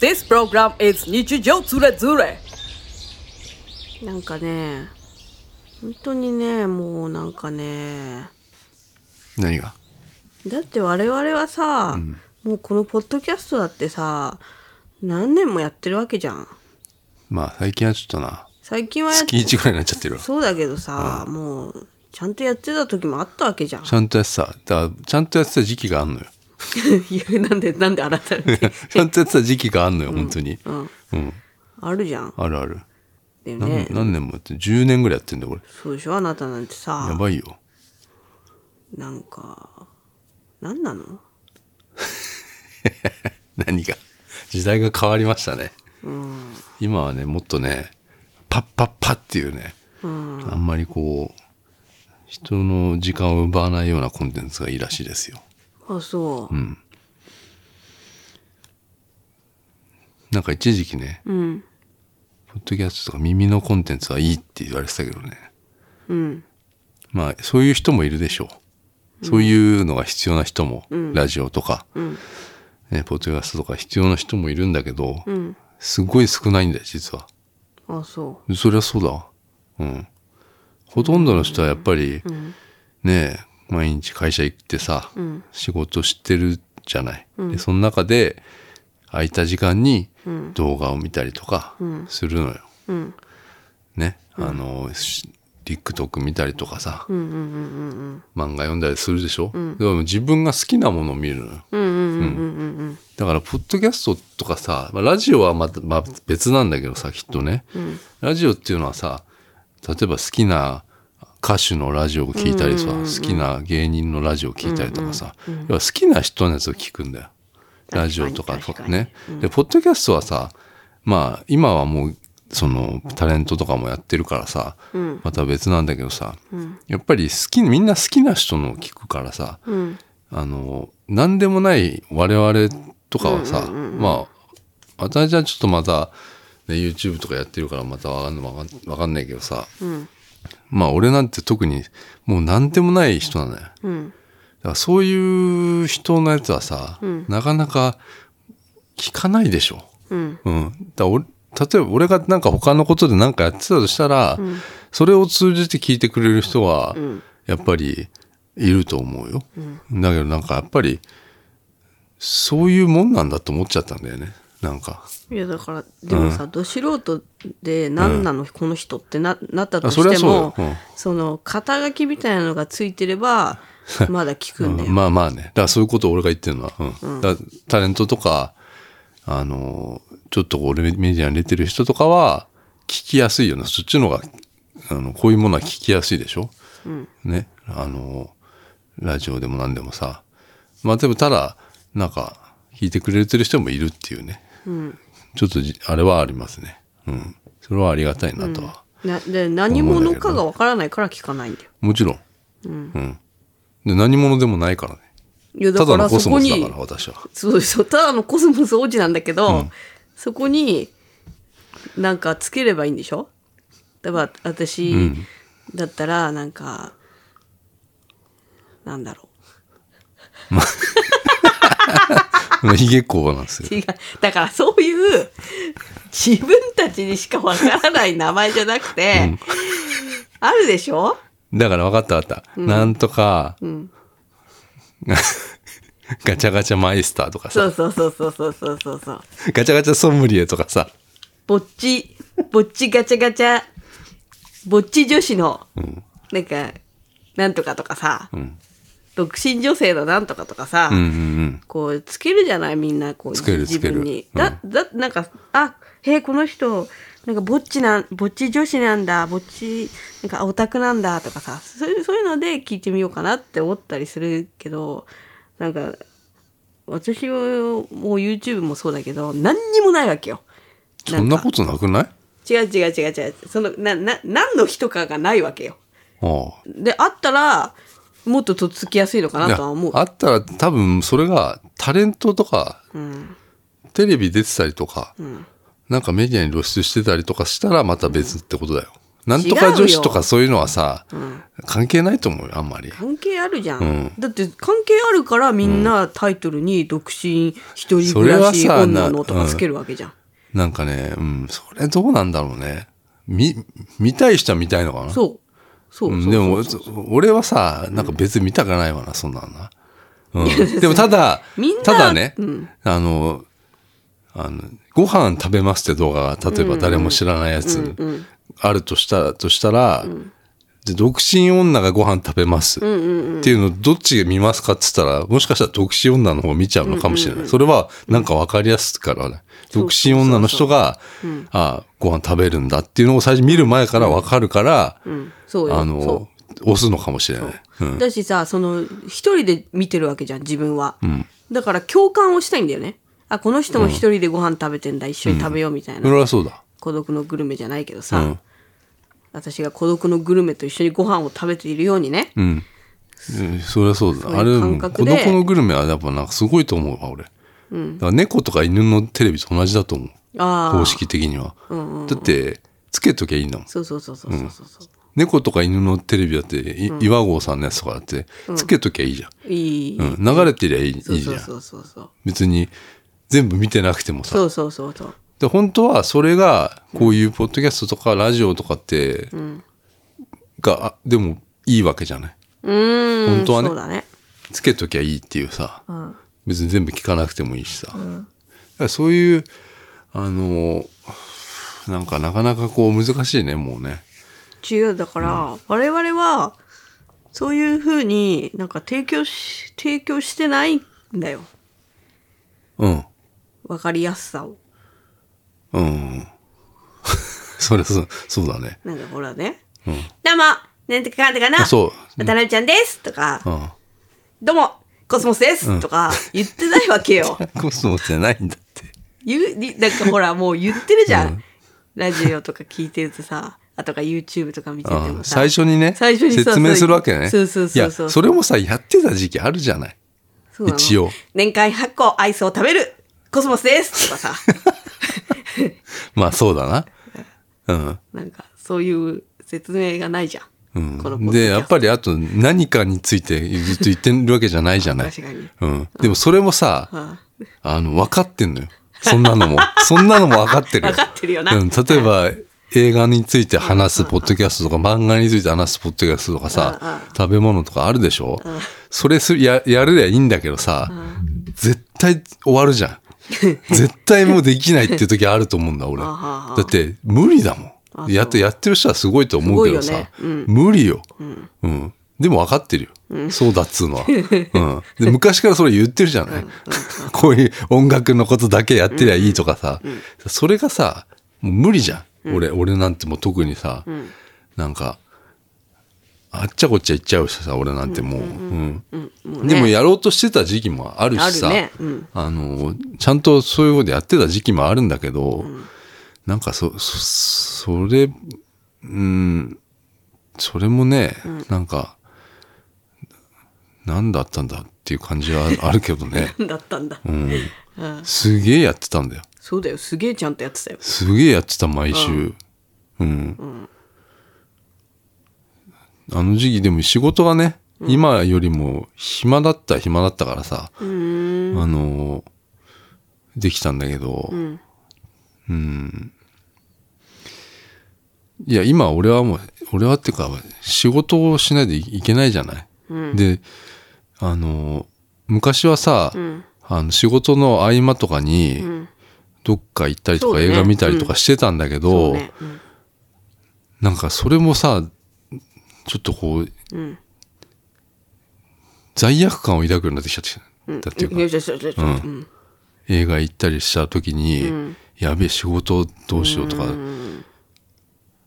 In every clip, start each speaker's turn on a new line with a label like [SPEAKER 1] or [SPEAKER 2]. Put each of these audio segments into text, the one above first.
[SPEAKER 1] This program is 日常ズレズレ
[SPEAKER 2] なんかね本当にねもうなんかね
[SPEAKER 3] 何が
[SPEAKER 2] だって我々はさ、もうこのポッドキャストだってさ何年もやってるわけじゃん
[SPEAKER 3] まあ最近はちょっとな
[SPEAKER 2] 最近はやっ
[SPEAKER 3] 月1ぐらいになっちゃってるわ
[SPEAKER 2] そうだけどさ、もうちゃんとやってた時もあったわけじゃん
[SPEAKER 3] ちゃんとやってただからちゃんとやってた時期が あんのよ
[SPEAKER 2] いやなんでなんで改めて
[SPEAKER 3] ちゃんとやってた時期があんのよ本当に
[SPEAKER 2] うん
[SPEAKER 3] うん
[SPEAKER 2] あるじゃん
[SPEAKER 3] あるある
[SPEAKER 2] だよ
[SPEAKER 3] 何,、
[SPEAKER 2] ね
[SPEAKER 3] 何年もやって10年ぐらいやってんだよこれ
[SPEAKER 2] そうでしょあなたなんて
[SPEAKER 3] や
[SPEAKER 2] さ
[SPEAKER 3] ばいよ
[SPEAKER 2] なんか何なの
[SPEAKER 3] 何が時代が変わりましたね、今はねもっとねパッパッパッっていうね、あんまりこう人の時間を奪わないようなコンテンツがいいらしいですよ
[SPEAKER 2] あそう、
[SPEAKER 3] なんか一時期ね、
[SPEAKER 2] ん
[SPEAKER 3] ポッドキャストとか耳のコンテンツはいいって言われてたけどねまあそういう人もいるでしょうそういうのが必要な人も、ラジオとか、ね、ポッドキャストとか必要な人もいるんだけど、すごい少ないんだよ実は。
[SPEAKER 2] あそ
[SPEAKER 3] そりゃそうだ。うん。ほとんどの人はやっぱり、ねえ、毎日会社行ってさ、仕事してるじゃない。で、その中で、空いた時間に動画を見たりとかするのよ。ね。あの、し TikTok 見たりとかさ、漫画読んだりするでしょ、でも自分が好きなものを見るのよ。
[SPEAKER 2] ううんうんうんうんうんうん
[SPEAKER 3] だから、ポッドキャストとかさ、まあ、ラジオはまた、まあ、別なんだけどさ、きっとね、ラジオっていうのはさ、例えば好きな歌手のラジオを聞いたりさ、好きな芸人のラジオを聞いたりとかさ、要は好きな人のやつを聞くんだよ。ラジオとか
[SPEAKER 2] 確かに
[SPEAKER 3] ね、で、ポッドキャストはさ、まあ、今はもう、その、タレントとかもやってるからさ、また別なんだけどさ、やっぱり好き、みんな好きな人のを聞くからさ、
[SPEAKER 2] うん
[SPEAKER 3] あの、何でもない我々とかはさ、まあ、私はちょっとまた、ね、YouTube とかやってるからまたわかんない、わかんわかんないけどさ、まあ俺なんて特にもう何でもない人なのよ。だ
[SPEAKER 2] うん
[SPEAKER 3] からそういう人のやつはさ、なかなか聞かないでしょ。
[SPEAKER 2] うん
[SPEAKER 3] うん。だから俺例えば俺がなんか他のことで何かやってたとしたら、それを通じて聞いてくれる人は、やっぱりいると思うよ、だけどなんかやっぱり、そういうもんなんだと思っちゃったんだよね。なんか。
[SPEAKER 2] いやだからでもさ、ど素人で何なの、この人ってななったと
[SPEAKER 3] あそれは
[SPEAKER 2] して
[SPEAKER 3] そう
[SPEAKER 2] も
[SPEAKER 3] よ
[SPEAKER 2] そ,、
[SPEAKER 3] うん
[SPEAKER 2] の肩書きみたいなのがついてれば まだ聞くんだよ、
[SPEAKER 3] うんまあまあね。だからそういうことを俺が言ってるのは。うん。だからタレントとか、あのー、ちょっと俺メディアに出てる人とかは、聞きやすいよな。そっちの方が、あの、こういうものは聞きやすいでしょね。あのー、ラジオでも何でもさ。まあでもただ、なんか、聞いてくれてる人もいるっていうね。ちょっとじ、あれはありますね。うん。それはありがたいなとは。
[SPEAKER 2] なで何者かがわからないから聞かないんだよ
[SPEAKER 3] もちろん。うん。で、何者でもないからね。
[SPEAKER 2] いやだ
[SPEAKER 3] た
[SPEAKER 2] か
[SPEAKER 3] だの
[SPEAKER 2] ら
[SPEAKER 3] コ
[SPEAKER 2] そ
[SPEAKER 3] ス
[SPEAKER 2] こ
[SPEAKER 3] モスだ
[SPEAKER 2] に
[SPEAKER 3] から、私は。
[SPEAKER 2] そうそうただのコスモス王子なんだけど、そこになんかつければいいんでしょだから私、だったらなんかなんだろう
[SPEAKER 3] ひげこうなんですよ。
[SPEAKER 2] 違うだからそういう自分たちにしかわからない名前じゃなくて、あるでしょ
[SPEAKER 3] だから分かった分かった。なんとか、 ガチャガチャマイスターとか
[SPEAKER 2] そ
[SPEAKER 3] さ、
[SPEAKER 2] うそうそうそうそうそうそうそう
[SPEAKER 3] ガチャガチャソムリエとかさ、
[SPEAKER 2] ぼっちぼっちガチャガチャぼっち女子の、なんかなんとかとかさ、独身女性のなんとかとかさ、
[SPEAKER 3] うんうんうん。
[SPEAKER 2] こうつけるじゃないみんなこう
[SPEAKER 3] つける
[SPEAKER 2] 自分に、
[SPEAKER 3] つける
[SPEAKER 2] だだなんかあへえこの人なんかぼっちなんぼっち女子なんだぼっちなんかオタクなんだとかさそういうそういうので聞いてみようかなって思ったりするけどなんか私はもう YouTube もそうだけど何にもないわけよ。
[SPEAKER 3] そんな
[SPEAKER 2] か
[SPEAKER 3] ことなくない
[SPEAKER 2] 違う違う違う違うそのなな何の人かがないわけよ。
[SPEAKER 3] あ
[SPEAKER 2] であったらもっととっつきやすいのか
[SPEAKER 3] あ。
[SPEAKER 2] なとは思う
[SPEAKER 3] いや。あったら多分それがタレントとか、テレビ出てたりとか、なんかメディアに露出してたりとかしたらまた別ってことだよ。なんとか女
[SPEAKER 2] 違う
[SPEAKER 3] 子と
[SPEAKER 2] よ
[SPEAKER 3] かそういうのはさ、
[SPEAKER 2] ん
[SPEAKER 3] 関係ないと思うよ、あんまり。
[SPEAKER 2] 関係あるじゃん、
[SPEAKER 3] うん
[SPEAKER 2] だって関係あるからみんなタイトルに独身一人暮らし
[SPEAKER 3] それはさな
[SPEAKER 2] 女のとかつけるわけじゃん、
[SPEAKER 3] なんかね、うん、それどうなんだろうね。み、見たい人は見たいのかな。
[SPEAKER 2] そうそう、
[SPEAKER 3] うん
[SPEAKER 2] そう
[SPEAKER 3] でも、俺はさ、なんか別に見たくないわな、そんなのな。うん、でもただ
[SPEAKER 2] みんな、
[SPEAKER 3] ただね、
[SPEAKER 2] うん
[SPEAKER 3] あの、あの、ご飯食べますって動画が、例えば誰も知らないやつ、
[SPEAKER 2] うん
[SPEAKER 3] あるとした、としたら、で独身女がご飯食べますっていうのどっち見ますかって言ったらもしかしたら独身女の方見ちゃうのかもしれない、それはなんか分かりやすいからね、独身女の人が、あご飯食べるんだっていうのを最初見る前から分かるから、
[SPEAKER 2] うんそうよ
[SPEAKER 3] あ
[SPEAKER 2] そ、
[SPEAKER 3] の押すのかもしれないううん
[SPEAKER 2] だしさその一人で見てるわけじゃん自分は、だから共感をしたいんだよねあこの人も一人でご飯食べてんだ、一緒に食べようみたい
[SPEAKER 3] そ
[SPEAKER 2] な、
[SPEAKER 3] れはそうだ
[SPEAKER 2] 孤独のグルメじゃないけどさ、
[SPEAKER 3] うん
[SPEAKER 2] 私が孤独のグルメと一緒にご飯を食べているようにね、
[SPEAKER 3] うんうんそれはそうだ
[SPEAKER 2] ういう
[SPEAKER 3] あれ
[SPEAKER 2] 感
[SPEAKER 3] も
[SPEAKER 2] 覚
[SPEAKER 3] 孤
[SPEAKER 2] で
[SPEAKER 3] 独のグルメはやっぱなんかすごいと思うわ俺、だから猫とか犬のテレビと同じだと思う
[SPEAKER 2] ああ
[SPEAKER 3] 公式的には、だってつけときゃいいんだもん
[SPEAKER 2] そうそうそうそうそうそうそう、
[SPEAKER 3] 猫とか犬のテレビだって、い岩合さんのやつとかだってつけときゃいいじゃん、
[SPEAKER 2] いい、
[SPEAKER 3] うん流れてりゃいいいい
[SPEAKER 2] そう
[SPEAKER 3] じゃ
[SPEAKER 2] そうんそうそうそう
[SPEAKER 3] 別に全部見てなくてもさ
[SPEAKER 2] そうそうそうそう
[SPEAKER 3] で本当はそれがこういうポッドキャストとかラジオとかって、があでもいいわけじゃないう
[SPEAKER 2] ーん
[SPEAKER 3] 本当はね
[SPEAKER 2] そうだね
[SPEAKER 3] つけときゃいいっていうさ、
[SPEAKER 2] ん
[SPEAKER 3] 別に全部聞かなくてもいいしさ、だからそういうあのなんかなかなかこう難しいねもうね
[SPEAKER 2] 違うだから、我々はそういうふうになんか提供し提供してないんだよ
[SPEAKER 3] うん
[SPEAKER 2] わかりやすさを
[SPEAKER 3] うん。 それそう、そうだね。
[SPEAKER 2] なんかほらね「
[SPEAKER 3] うん
[SPEAKER 2] どうもなんてかかんてかな
[SPEAKER 3] あそう
[SPEAKER 2] 渡辺ちゃんです」とか
[SPEAKER 3] うん。
[SPEAKER 2] 「どうもコスモスです」とか言ってないわけ よ
[SPEAKER 3] コスモスじゃないんだって。
[SPEAKER 2] 言うになんかほらもう言ってるじゃん、
[SPEAKER 3] うん
[SPEAKER 2] ラジオとか聞いてるとさあとか YouTube とか見てて
[SPEAKER 3] う
[SPEAKER 2] も
[SPEAKER 3] ん
[SPEAKER 2] さ
[SPEAKER 3] 最初にね、
[SPEAKER 2] 最初にそうそう
[SPEAKER 3] 説明するわけね。
[SPEAKER 2] そうそうそうそう
[SPEAKER 3] いや、それもさ、やってた時期あるじゃない。
[SPEAKER 2] そうなの
[SPEAKER 3] 一応
[SPEAKER 2] 年間8個アイスを食べるコスモスですとか さ
[SPEAKER 3] まあ、そうだな。うん。
[SPEAKER 2] なんかそういう説明がないじゃん、このポ
[SPEAKER 3] う
[SPEAKER 2] ッ
[SPEAKER 3] ん、
[SPEAKER 2] ドキャス
[SPEAKER 3] で、
[SPEAKER 2] ト
[SPEAKER 3] やっぱりあと何かについてずっと言ってるわけじゃないじゃな い。
[SPEAKER 2] 確かに
[SPEAKER 3] うん。でもそれもさ、
[SPEAKER 2] ん
[SPEAKER 3] あの、分かってんのよ。そんなのも。 そんなのも分かってるよ。
[SPEAKER 2] 分かってるよな
[SPEAKER 3] うん、例えば、映画について話すポッドキャストとか、漫画について話すポッドキャストとかさ、食べ物とかあるでしょそれすや、やるりゃいいんだけどさ、絶対終わる じゃん。絶対もうできないっていう時あると思うんだ、俺。
[SPEAKER 2] はあはあ
[SPEAKER 3] だって、無理だも
[SPEAKER 2] あ
[SPEAKER 3] ん。やっとやってる人はすごいと思うけど
[SPEAKER 2] すごいよ
[SPEAKER 3] さ
[SPEAKER 2] ね、うん
[SPEAKER 3] 無理よ、うん。でも分かってるよ。そうだっつうのは。うん。で、昔からそれ言ってるじゃない。 こういう音楽のことだけやってりゃいいとかさ。それがさ、もう無理じゃん。俺、俺なんてもう特にさ、なんか、あっちゃこっちゃ行っちゃうしさ、俺なんてもう。うん
[SPEAKER 2] もうね
[SPEAKER 3] でもやろうとしてた時期もあるしさ、
[SPEAKER 2] あるねうん。
[SPEAKER 3] あの、ちゃんとそういうことやってた時期もあるんだけど、なんかそ、そ、それ、うん、それもね、なんか、なんだったんだっていう感じはあるけどね
[SPEAKER 2] だったんだ、
[SPEAKER 3] うん、すげえやってたんだよ。
[SPEAKER 2] そうだよすげえちゃんとやってたよ
[SPEAKER 3] すげえやってた、毎週。うん。あの時期でも仕事がね、今よりも暇だったら暇だったからさ、
[SPEAKER 2] うーん
[SPEAKER 3] あのー、できたんだけど、うん。いや、今俺はもう、俺はっていうか、仕事をしないでいけないじゃない。で、あのー、昔はさ、あの仕事の合間とかに、どっか行ったりと
[SPEAKER 2] そ
[SPEAKER 3] か、
[SPEAKER 2] うだね
[SPEAKER 3] 映画見たりとかしてたんだけ
[SPEAKER 2] そ
[SPEAKER 3] ど、
[SPEAKER 2] うね、うん
[SPEAKER 3] なんかそれもさ、ちょっとこう、
[SPEAKER 2] ん
[SPEAKER 3] 罪悪感を抱くようになってきちゃって、だっていうか
[SPEAKER 2] よしよしよしよしうん
[SPEAKER 3] 映画行ったりした時に、やべえ仕事どうしようとか、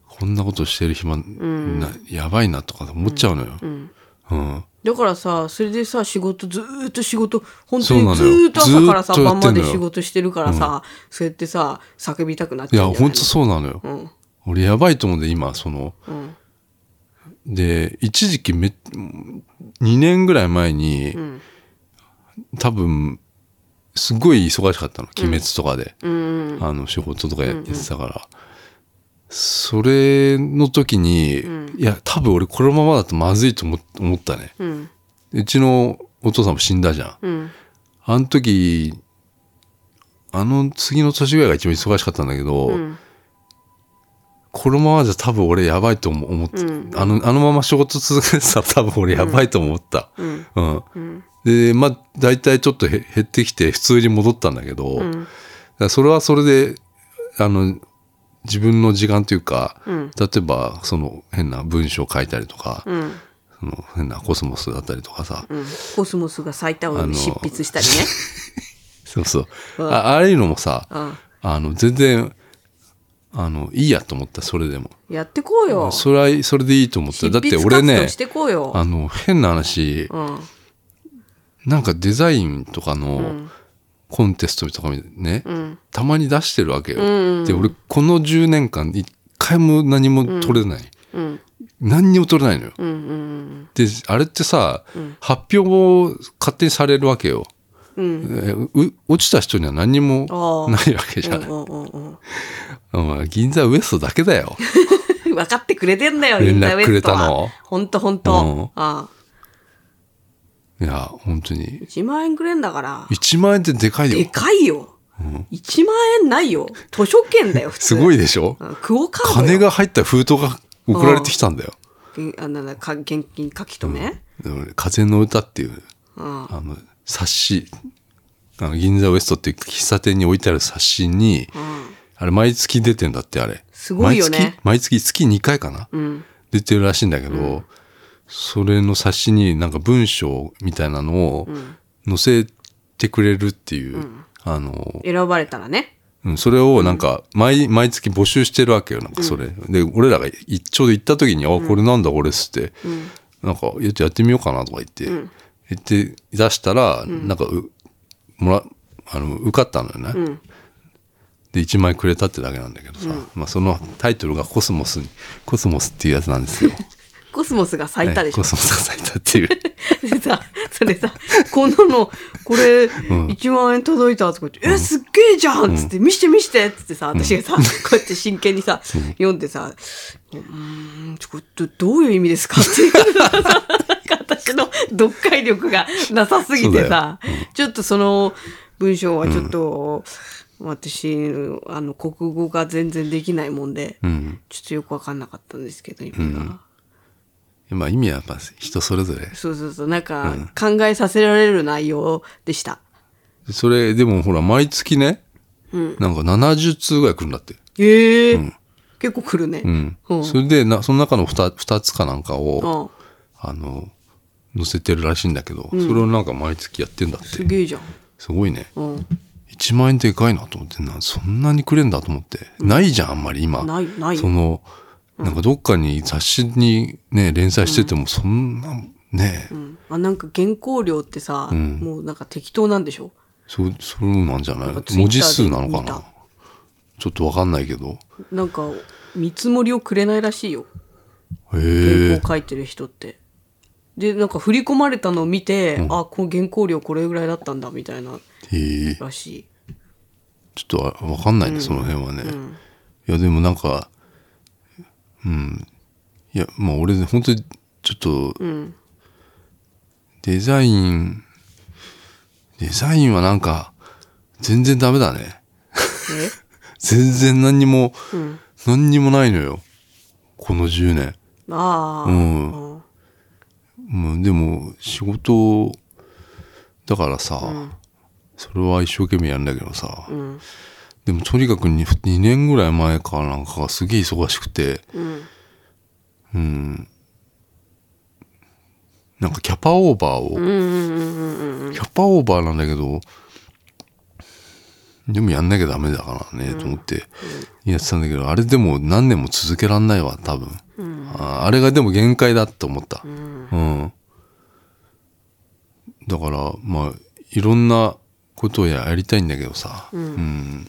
[SPEAKER 3] こんなことしてる暇、なやばいなとか思っちゃうのよ。うん
[SPEAKER 2] だからさそれでさ仕事ずーっと仕事本当
[SPEAKER 3] そう
[SPEAKER 2] に
[SPEAKER 3] な
[SPEAKER 2] ず
[SPEAKER 3] のよ
[SPEAKER 2] ーっと朝からさ
[SPEAKER 3] ずーっとや
[SPEAKER 2] 晩
[SPEAKER 3] って
[SPEAKER 2] ま
[SPEAKER 3] んのよ
[SPEAKER 2] で仕事してるからさ、そうやってさ叫びたくなっ
[SPEAKER 3] い
[SPEAKER 2] ちゃ
[SPEAKER 3] や、
[SPEAKER 2] うんじゃない
[SPEAKER 3] 本当そうなのよ。
[SPEAKER 2] ん
[SPEAKER 3] 俺やばいと思うんで、今、その、
[SPEAKER 2] ん
[SPEAKER 3] で、一時期め、2年ぐらい前に、多分、すごい忙しかったの。鬼滅とかで。
[SPEAKER 2] うん
[SPEAKER 3] あの仕事とかやってたから、それの時に、
[SPEAKER 2] うん
[SPEAKER 3] いや、多分俺このままだとまずいと思思ったね。
[SPEAKER 2] うん
[SPEAKER 3] うちのお父さんも死んだじゃん。
[SPEAKER 2] うん
[SPEAKER 3] あの時、あの次の年ぐらいが一番忙しかったんだけど、
[SPEAKER 2] うん
[SPEAKER 3] このままじゃ多分俺やばいと思思って、
[SPEAKER 2] うん
[SPEAKER 3] あの、あのまま仕事続けてたら多分俺やばいと思った。
[SPEAKER 2] うん
[SPEAKER 3] うん。
[SPEAKER 2] うん
[SPEAKER 3] で、まあ、大体ちょっとへ減ってきて普通に戻ったんだけど、
[SPEAKER 2] う
[SPEAKER 3] だか
[SPEAKER 2] ん
[SPEAKER 3] らそれはそれで、あの、自分の時間というか、
[SPEAKER 2] うん
[SPEAKER 3] 例えば、その変な文章書いたりとか、
[SPEAKER 2] うん
[SPEAKER 3] その変なコスモスだったりとかさ、
[SPEAKER 2] うんコスモスが咲いたを執筆したりね
[SPEAKER 3] そうそう。
[SPEAKER 2] うん
[SPEAKER 3] ああれいうのもさ、
[SPEAKER 2] うん
[SPEAKER 3] あの、全然、あの、いいやと思った、それでも。
[SPEAKER 2] やってこうよ
[SPEAKER 3] それは、それでいいと思った。
[SPEAKER 2] 執
[SPEAKER 3] だっ
[SPEAKER 2] 筆
[SPEAKER 3] て
[SPEAKER 2] 活
[SPEAKER 3] 俺
[SPEAKER 2] 動
[SPEAKER 3] ね
[SPEAKER 2] し、てこうよ
[SPEAKER 3] あの、変な話、
[SPEAKER 2] うん
[SPEAKER 3] なんかデザインとか
[SPEAKER 2] う
[SPEAKER 3] の
[SPEAKER 2] ん
[SPEAKER 3] コンテストとかね、
[SPEAKER 2] うん
[SPEAKER 3] たまに出してるわけよ。
[SPEAKER 2] うん
[SPEAKER 3] で、俺、この10年間、一回も何も取れない。
[SPEAKER 2] うん
[SPEAKER 3] 何にも取れないのよ。
[SPEAKER 2] うんうん
[SPEAKER 3] で、あれってさ、
[SPEAKER 2] うん
[SPEAKER 3] 発表を勝手にされるわけよ。
[SPEAKER 2] うんうん
[SPEAKER 3] えう落ちた人には何にも
[SPEAKER 2] あー
[SPEAKER 3] ないわけじゃない。
[SPEAKER 2] うんうんうん
[SPEAKER 3] お前銀座ウエストだけだよ。
[SPEAKER 2] うん 分かってくれてんだよ
[SPEAKER 3] 連
[SPEAKER 2] イ
[SPEAKER 3] 絡
[SPEAKER 2] ンターネットは
[SPEAKER 3] くれたの
[SPEAKER 2] ほんとほん
[SPEAKER 3] うん
[SPEAKER 2] とああ
[SPEAKER 3] いや、本当に。
[SPEAKER 2] 1万円くれんだから
[SPEAKER 3] 1万円ってでかい
[SPEAKER 2] で
[SPEAKER 3] よ。
[SPEAKER 2] かいよ1万円ないよ図書券だ よ普通
[SPEAKER 3] すご
[SPEAKER 2] い
[SPEAKER 3] いでしょ
[SPEAKER 2] クオカードよ
[SPEAKER 3] 金が入った封筒が送られてきたんだよ。
[SPEAKER 2] 現あなんだか現金書き留め、
[SPEAKER 3] うん風の歌っていう、
[SPEAKER 2] うん
[SPEAKER 3] あの、冊子。あの、銀座ウエストっていう喫茶店に置いてある冊子に、あれ毎月出てんだって、あれ。
[SPEAKER 2] すごいよね
[SPEAKER 3] 毎月、毎月月2回かな、
[SPEAKER 2] うん
[SPEAKER 3] 出てるらしいんだけど、それの冊子になんか文章みたいなのを載せてくれるっていう、あの、
[SPEAKER 2] 選ばれたらね
[SPEAKER 3] うん、それをなんか毎、毎月募集してるわけよ、なんかそれ。で、俺らがいちょうど行った時に、あ、これなんだ、俺っつって、なんか、やっとやってみようかなとか言って、言って出したら、なんかう、もら、あの、受かったのよね。
[SPEAKER 2] ん
[SPEAKER 3] で、1枚くれたってだけなんだけどさ、まあそのタイトルがコスモスに、コスモスっていうやつなん ですよ。
[SPEAKER 2] コスモスが咲いたでしょ
[SPEAKER 3] コ、スモスが咲いたっていう。
[SPEAKER 2] でさそれさこんなのこれ1万円届いたとか言って「えすっげえじゃん!」っつって「見して見して!」っつってさ私が さこうやって真剣にさ読んでさ「うーんちょこれどどういう意味ですか?」っていうさ なんか私の読解力がなさすぎてさ、ちょっとその文章はちょっと。私あの国語が全然できないもんで、
[SPEAKER 3] うん。
[SPEAKER 2] ちょっとよく分かんなかったんですけど意味が、
[SPEAKER 3] まあ意味はやっぱ人それぞれ。
[SPEAKER 2] そうそうそう、なんか考えさせられる内容でした。
[SPEAKER 3] それ、でもほら、毎月ね、
[SPEAKER 2] うん
[SPEAKER 3] なんか70通ぐらい来るんだって。
[SPEAKER 2] ええ結構来るね。
[SPEAKER 3] うん
[SPEAKER 2] うん
[SPEAKER 3] それでな、その中の 2, 二つかなんか
[SPEAKER 2] う
[SPEAKER 3] を、
[SPEAKER 2] ん
[SPEAKER 3] あの、載せてるらしいんだけど、それをなんか毎月やってんだって。
[SPEAKER 2] すげえじゃん。
[SPEAKER 3] すごいね。
[SPEAKER 2] うん、
[SPEAKER 3] 1万円でかいなと思って、なそんなにくれんだと思って。ないじゃん、あんまり今。
[SPEAKER 2] ないないよ
[SPEAKER 3] その、なんかどっかに雑誌にね、連載してても、そんな、ね、
[SPEAKER 2] うんあ、なんか原稿料ってさ、
[SPEAKER 3] ん
[SPEAKER 2] もうなんか適当なんでしょ
[SPEAKER 3] そう、そうなんじゃない
[SPEAKER 2] なんか Twitter で
[SPEAKER 3] 文字数なのか
[SPEAKER 2] 見
[SPEAKER 3] な
[SPEAKER 2] た
[SPEAKER 3] ちょっとわかんないけど。
[SPEAKER 2] なんか見積もりをくれないらしいよ。
[SPEAKER 3] へ
[SPEAKER 2] 原
[SPEAKER 3] え。
[SPEAKER 2] 稿書いてる人って。で、なんか振り込まれたのを見て、あ、この原稿料これぐらいだったんだみたいな
[SPEAKER 3] へえ。
[SPEAKER 2] らしい。
[SPEAKER 3] ちょっとわかんないね、その辺はね。いや、でもなんか、うん。いや、もう俺、本当に、ちょっと、
[SPEAKER 2] ん
[SPEAKER 3] デザイン、デザインはなんか、全然ダメだね。
[SPEAKER 2] え
[SPEAKER 3] 全然何にも、
[SPEAKER 2] ん
[SPEAKER 3] 何にもないのよ。この10年。
[SPEAKER 2] ああ、
[SPEAKER 3] うん
[SPEAKER 2] うん
[SPEAKER 3] うん、でも、仕事、だからさ、それは一生懸命やるんだけどさ、
[SPEAKER 2] ん
[SPEAKER 3] でもとにかく 2, 2年ぐらい前からなんかがすげえ忙しくて、
[SPEAKER 2] うん
[SPEAKER 3] うん。なんかキャパオーバーを、
[SPEAKER 2] うんうんうんうんうん
[SPEAKER 3] キャパオーバーなんだけど、でもやんなきゃダメだからね、と思ってやってたんだけど、あれでも何年も続けらんないわ、多分。ああれがでも限界だと思った。うん。だから、まあ、いろんなことをややりたいんだけどさ、うん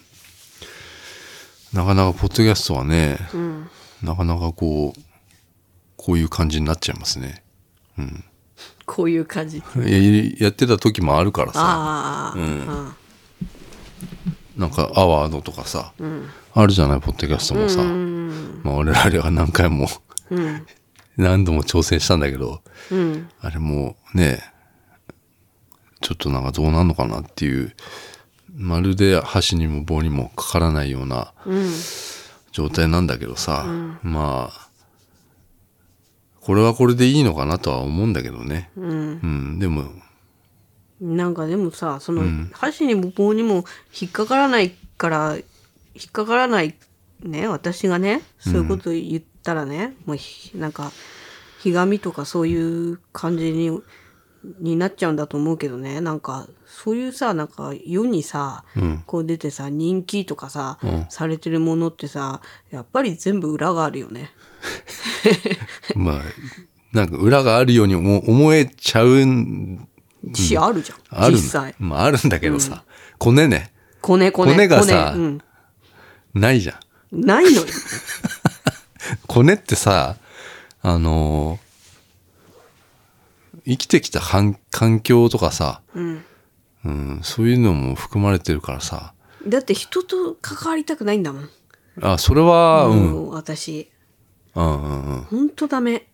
[SPEAKER 3] なかなかポッドキャストはね、
[SPEAKER 2] うん
[SPEAKER 3] なかなかこう、こういう感じになっちゃいますね。
[SPEAKER 2] こういう感じ。
[SPEAKER 3] いややってた時もあるからさ、
[SPEAKER 2] ああ、うん
[SPEAKER 3] なんかアワードとかさ、あるじゃないポッドキャストもさ、
[SPEAKER 2] うん
[SPEAKER 3] まあ、我々は何回も
[SPEAKER 2] うん
[SPEAKER 3] 何度も挑戦したんだけど、
[SPEAKER 2] うん
[SPEAKER 3] あれもね、ちょっとなんかどうなんのかなっていう、まるで箸にも棒にもかからないような
[SPEAKER 2] うん
[SPEAKER 3] 状態なんだけどさ、まあ、これはこれでいいのかなとは思うんだけどね。
[SPEAKER 2] うん
[SPEAKER 3] うん、でも、
[SPEAKER 2] なんかでもさその、箸にも棒にも引っかからないから引っかからないね私がねそういうこと言ったらね、もうひなんかひがみとかそういう感じにになっちゃうんだと思うけどねなんかそういうさなんか世にさ、
[SPEAKER 3] うん、
[SPEAKER 2] こう出てさ人気とかさ、
[SPEAKER 3] うん
[SPEAKER 2] されてるものってさやっぱり全部裏があるよね。
[SPEAKER 3] まあ、なんか裏があるように思思えちゃうん、
[SPEAKER 2] し、あるじゃ
[SPEAKER 3] あ
[SPEAKER 2] ん
[SPEAKER 3] る
[SPEAKER 2] 実
[SPEAKER 3] ん
[SPEAKER 2] 際。
[SPEAKER 3] まああるんだけどさ、コネね、
[SPEAKER 2] コネコネ。
[SPEAKER 3] コネがさ
[SPEAKER 2] うん、
[SPEAKER 3] ないじゃん。
[SPEAKER 2] ないのよ。
[SPEAKER 3] コネってさ、あのー生きてきた環環境とかさ、
[SPEAKER 2] うん
[SPEAKER 3] うん、そういうのも含まれてるからさ、
[SPEAKER 2] だって人と関わりたくないんだもん。
[SPEAKER 3] あ、それは、うん、うん、
[SPEAKER 2] もう私、
[SPEAKER 3] うん、うん。
[SPEAKER 2] ほんとダメ。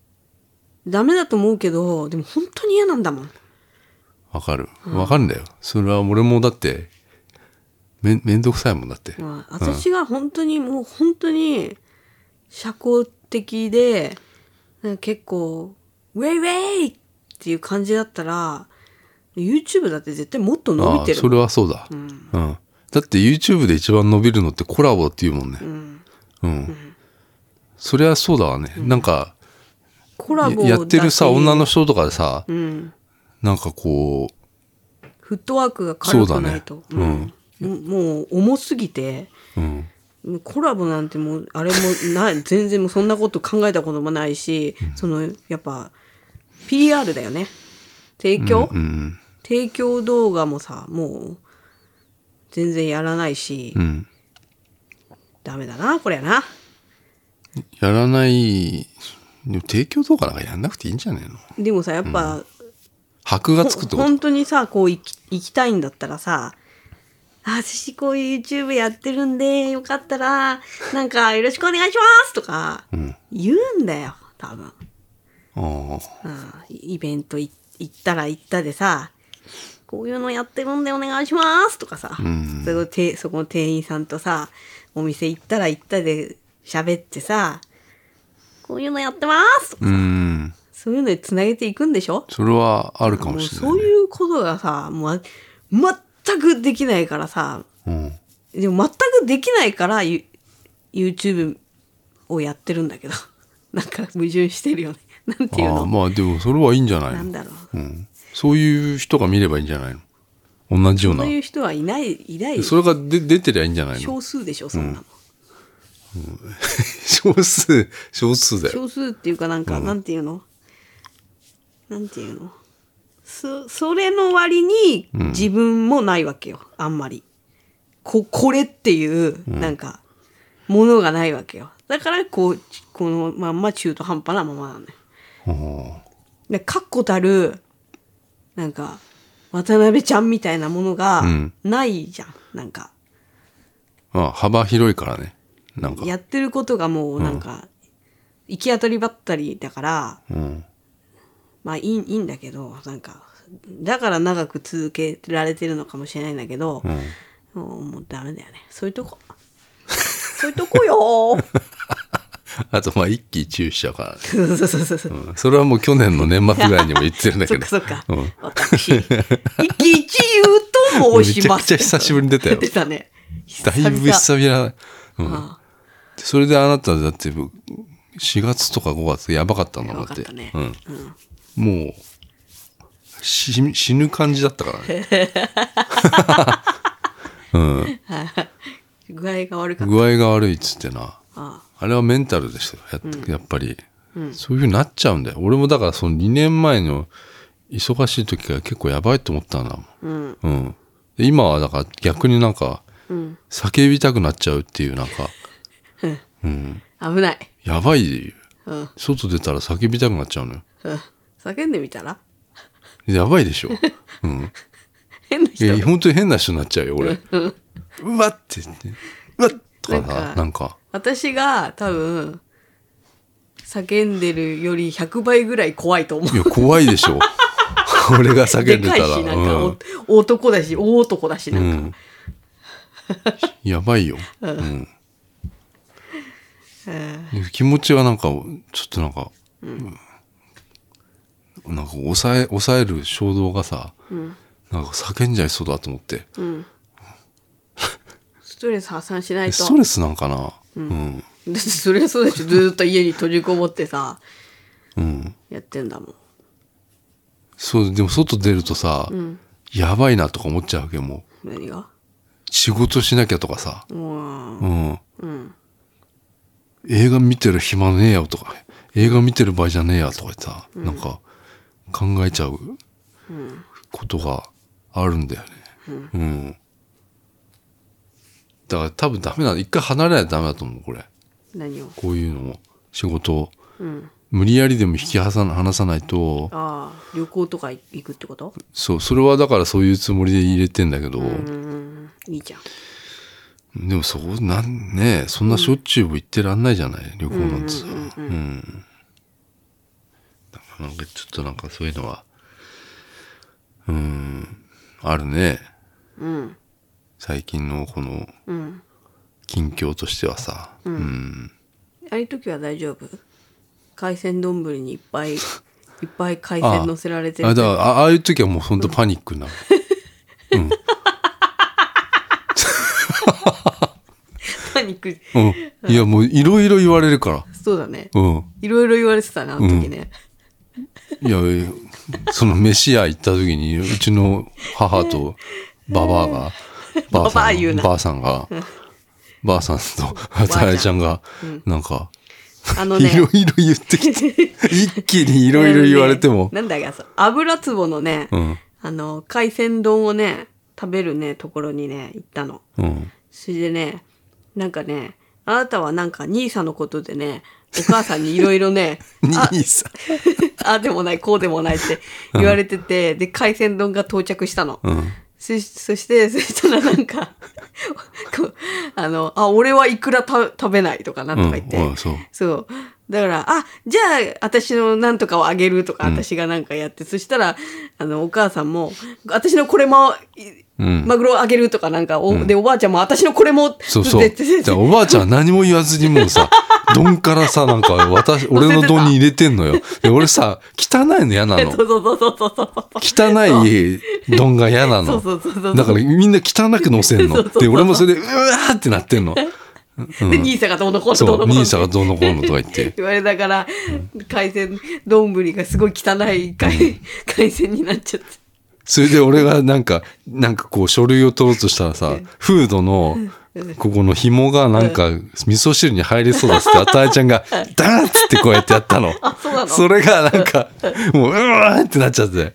[SPEAKER 2] ダメだと思うけど、でも本当に嫌なんだもん。
[SPEAKER 3] わかる。わかるんだよ。それは俺もだって、め、めんどくさいもんだって。
[SPEAKER 2] まあ私が本当にもう本当に社交的で、なんか結構、ウェイウェイっていう感じだったら、YouTube だって絶対もっと伸び
[SPEAKER 3] あ
[SPEAKER 2] てる
[SPEAKER 3] そ
[SPEAKER 2] もん。
[SPEAKER 3] れはそうだ、うん。だって YouTube で一番伸びるのってコラボっていうもんね。うん。そりゃそうだわね。なんか、
[SPEAKER 2] コラボ
[SPEAKER 3] やってるさ、
[SPEAKER 2] だけに
[SPEAKER 3] 女の人とかでさ、
[SPEAKER 2] うん。
[SPEAKER 3] なんかこう、
[SPEAKER 2] フットワークが軽くないと。
[SPEAKER 3] そうだね
[SPEAKER 2] うんもう重すぎて、
[SPEAKER 3] うん。
[SPEAKER 2] コラボなんてもうあれもない全然もうそんなこと考えたこともないし、そのやっぱ PR だよね提供、
[SPEAKER 3] うん。
[SPEAKER 2] 提供動画もさもう全然やらないし、
[SPEAKER 3] うん。
[SPEAKER 2] ダメだなこれやな
[SPEAKER 3] やらない、でも提供動画なんかやんなくていいんじゃねえの
[SPEAKER 2] でもさやっぱ、
[SPEAKER 3] 箔がつくってこと
[SPEAKER 2] 本当にさこう行き行きたいんだったらさあ私こういう YouTube やってるんでよかったらなんかよろしくお願いしますとか
[SPEAKER 3] うん。
[SPEAKER 2] 言うんだよ多分。
[SPEAKER 3] あ
[SPEAKER 2] あイベントい行ったら行ったでさ、こういうのやってるんでお願いしますとかさ、
[SPEAKER 3] ん
[SPEAKER 2] そこてそこの店員さんとさ、お店行ったら行ったで喋ってさ、こういうのやってますとか、
[SPEAKER 3] あ。うん。
[SPEAKER 2] そういうので繋げていくんでしょ
[SPEAKER 3] それはあるか
[SPEAKER 2] も
[SPEAKER 3] も
[SPEAKER 2] う
[SPEAKER 3] しれな
[SPEAKER 2] そ
[SPEAKER 3] いうね。
[SPEAKER 2] いうことがさ、もう全くできないからさ、
[SPEAKER 3] うん。
[SPEAKER 2] でも全くできないからユ YouTube をやってるんだけど、なんか矛盾してるよね。なんていう
[SPEAKER 3] ああ、
[SPEAKER 2] の
[SPEAKER 3] まあでもそれはいいんじゃない
[SPEAKER 2] なん
[SPEAKER 3] の
[SPEAKER 2] だろう。
[SPEAKER 3] うん。そういう人が見ればいいんじゃないの同じような
[SPEAKER 2] そう。いう人はいない、いない。
[SPEAKER 3] それがで出てりゃいいんじゃないの
[SPEAKER 2] 少数でしょ、そんなの。
[SPEAKER 3] 少数、少数だよ。
[SPEAKER 2] 少数っていうかなんか、なんていうのなんていうのそ、それの割に自分もないわけよ、あんまり。こ、これっていう、なんか、ものがないわけよ。だから、こう、このまんま中途半端なままなのよ。
[SPEAKER 3] あ
[SPEAKER 2] で、確固たる、なんか、渡辺ちゃんみたいなものが
[SPEAKER 3] ん
[SPEAKER 2] ないじゃん、なんか。
[SPEAKER 3] あまあ、幅広いからね。なんか。
[SPEAKER 2] やってることがもうなんか、行き当たりばったりだから、
[SPEAKER 3] うん。
[SPEAKER 2] まあいいいいんだけど、なんか、だから長く続けられてるのかもしれないんだけど、
[SPEAKER 3] うん。
[SPEAKER 2] もうもうダメだよね。そういうとこ。そういうとこよー
[SPEAKER 3] あと、まあ、一喜一憂しちゃうからね。
[SPEAKER 2] そうそうそうそう。
[SPEAKER 3] うんそれはもう去年の年末ぐらいにも言ってるんだ
[SPEAKER 2] そ
[SPEAKER 3] け
[SPEAKER 2] っ
[SPEAKER 3] ど
[SPEAKER 2] か。そっか。
[SPEAKER 3] うん
[SPEAKER 2] 私、 一喜一憂と申します。
[SPEAKER 3] めちゃくちゃ久しぶりに出たよ
[SPEAKER 2] 出たね。
[SPEAKER 3] だいぶ久々。うん
[SPEAKER 2] あ
[SPEAKER 3] それであなただって4月とか5月やばかったんだもんだって、
[SPEAKER 2] やばかったね
[SPEAKER 3] うんもう死死ぬ感じだったから ね
[SPEAKER 2] 具合が悪かった。
[SPEAKER 3] 具合が悪いっつってな
[SPEAKER 2] あ
[SPEAKER 3] あれはメンタルですよやっ,、やっぱり、そういうふうになっちゃうんだよ俺もだからその2年前の忙しい時が結構やばいと思ったんだもん
[SPEAKER 2] うん。
[SPEAKER 3] うん。で今はだから逆になんか、
[SPEAKER 2] ん
[SPEAKER 3] 叫びたくなっちゃうっていうなんか、
[SPEAKER 2] 危ない。
[SPEAKER 3] やばい、
[SPEAKER 2] うん。
[SPEAKER 3] 外出たら叫びたくなっちゃうのよ。
[SPEAKER 2] うん叫んでみたら
[SPEAKER 3] やばいでしょ。うん。
[SPEAKER 2] 変ない人
[SPEAKER 3] や、本当に変な人になっちゃうよ、俺。うわって言って。うわっとか
[SPEAKER 2] なん
[SPEAKER 3] な、
[SPEAKER 2] か
[SPEAKER 3] なんか、
[SPEAKER 2] 私が多分、叫んでるより100倍ぐらい怖いと思う
[SPEAKER 3] い。や、怖いでしょ。 俺が叫ん
[SPEAKER 2] で
[SPEAKER 3] で
[SPEAKER 2] か
[SPEAKER 3] た。
[SPEAKER 2] らいし、なんか、
[SPEAKER 3] う
[SPEAKER 2] お
[SPEAKER 3] ん
[SPEAKER 2] 男だし、大男だし、なんか。
[SPEAKER 3] うん、やばいよ、うん気持ちはなんかちょっとなんか、うんなんか抑え抑える衝動がさ、なんか叫んじゃいそうだと思って、
[SPEAKER 2] ストレス発散しないと
[SPEAKER 3] スト。レスなんかなうん、
[SPEAKER 2] だってそれはそうだし、ずーっと家に閉じこもってさ、
[SPEAKER 3] うん
[SPEAKER 2] やってんだもん。
[SPEAKER 3] そうでも外出るとさ、やばいなとか思っちゃうわけよも
[SPEAKER 2] 何が
[SPEAKER 3] う仕事しなきゃとかさ、
[SPEAKER 2] もう、
[SPEAKER 3] うん映画見てる暇ねえよとか映画見てる場合じゃねえやとか言ってさ、なんか考えちゃううことがあるんだよねうん、だから多分ダメなの一回離れないとダメだと思うこれ
[SPEAKER 2] 何を。
[SPEAKER 3] こういうのも仕事を
[SPEAKER 2] うん。
[SPEAKER 3] 無理やりでも引き離さ離さないと
[SPEAKER 2] ああ、旅行とか行くってこと
[SPEAKER 3] そうそれはだからそういうつもりで入れてんだけど、
[SPEAKER 2] うん、いいじゃん。
[SPEAKER 3] でもそこなんねそんなしょっちゅうも行ってらんないじゃない、旅行なんてさうんだからなんかちょっとなんかそういうのはうんあるね
[SPEAKER 2] うん、
[SPEAKER 3] 最近のこの
[SPEAKER 2] うん。
[SPEAKER 3] 近況としてはさうん、
[SPEAKER 2] ああいう時は大丈夫海鮮丼にいっぱい、いっぱい海鮮乗せられてる
[SPEAKER 3] あだからあああいう時はもうほんとパニックにな る、
[SPEAKER 2] パニック。
[SPEAKER 3] うん、いやもういろいろ言われるか
[SPEAKER 2] そうだね。
[SPEAKER 3] らうん
[SPEAKER 2] いろいろ言われてたな、あの時ね。
[SPEAKER 3] いや、いやその飯屋行った時に、うちの母とババア が、ばあ
[SPEAKER 2] ババ
[SPEAKER 3] さ
[SPEAKER 2] ア
[SPEAKER 3] ん
[SPEAKER 2] 言う
[SPEAKER 3] が、
[SPEAKER 2] な
[SPEAKER 3] ばあさんが、ばあさんと、さやちゃんが、なんか、
[SPEAKER 2] あの
[SPEAKER 3] い
[SPEAKER 2] ね。
[SPEAKER 3] ろいろ言って きて、一気にい
[SPEAKER 2] い
[SPEAKER 3] ろいろ言われても、
[SPEAKER 2] なんだっけ、そう油壺のね、
[SPEAKER 3] うん、
[SPEAKER 2] あの、海鮮丼をね、食べるね、ところにね、行ったの。
[SPEAKER 3] うん、
[SPEAKER 2] それでね、なんかね、あなたはなんか兄さんのことでね、お母さんにいろいろね、あ、
[SPEAKER 3] 兄さ
[SPEAKER 2] あでもない、こうでもないって言われてて、で、海鮮丼が到着したの。
[SPEAKER 3] ん、うん、
[SPEAKER 2] そそして、そしたらなんか、こうあの、あ、俺はいくらた食べないとかなん
[SPEAKER 3] う
[SPEAKER 2] と
[SPEAKER 3] ん
[SPEAKER 2] か言って、
[SPEAKER 3] あそう。
[SPEAKER 2] そう。だから、あ、じゃあ、私のなんとかをあげるとか、私がなんかやって、そしたら、あの、お母さんも、私のこれも、い
[SPEAKER 3] うん
[SPEAKER 2] マグロあげるとかなんか、おで、おばあちゃんも、私のこれも、
[SPEAKER 3] そうそ
[SPEAKER 2] っ
[SPEAKER 3] う。
[SPEAKER 2] て言って
[SPEAKER 3] じゃあおばあちゃんは何も言わずにもう さ、丼からさ、なんか、私、俺の丼に入れてんのよ。で、俺さ、汚いの嫌なの。
[SPEAKER 2] そうそうそうそうそうそう。
[SPEAKER 3] 汚い丼が嫌な
[SPEAKER 2] そ
[SPEAKER 3] の
[SPEAKER 2] う。そうそうそう。
[SPEAKER 3] だからみんな汚く乗せん
[SPEAKER 2] そう
[SPEAKER 3] の。
[SPEAKER 2] そうそう
[SPEAKER 3] で、俺もそれで、うわーってなってんの。
[SPEAKER 2] で、兄さんがどうのこうのど
[SPEAKER 3] そう
[SPEAKER 2] の
[SPEAKER 3] う、
[SPEAKER 2] こうの
[SPEAKER 3] 兄さんがどうのこうのとか言って。
[SPEAKER 2] 言われたから、海鮮丼がすごい汚い海,、海鮮になっちゃって。
[SPEAKER 3] それで俺がなんか、なんかこう書類を取ろうとしたらさ、フードの、ここの紐がなんか味噌汁に入りそうだっつって、あたえちゃんが、ダーンっつってこうやってやったの。
[SPEAKER 2] そうなの
[SPEAKER 3] それがなんか、もう、うわーってなっちゃって。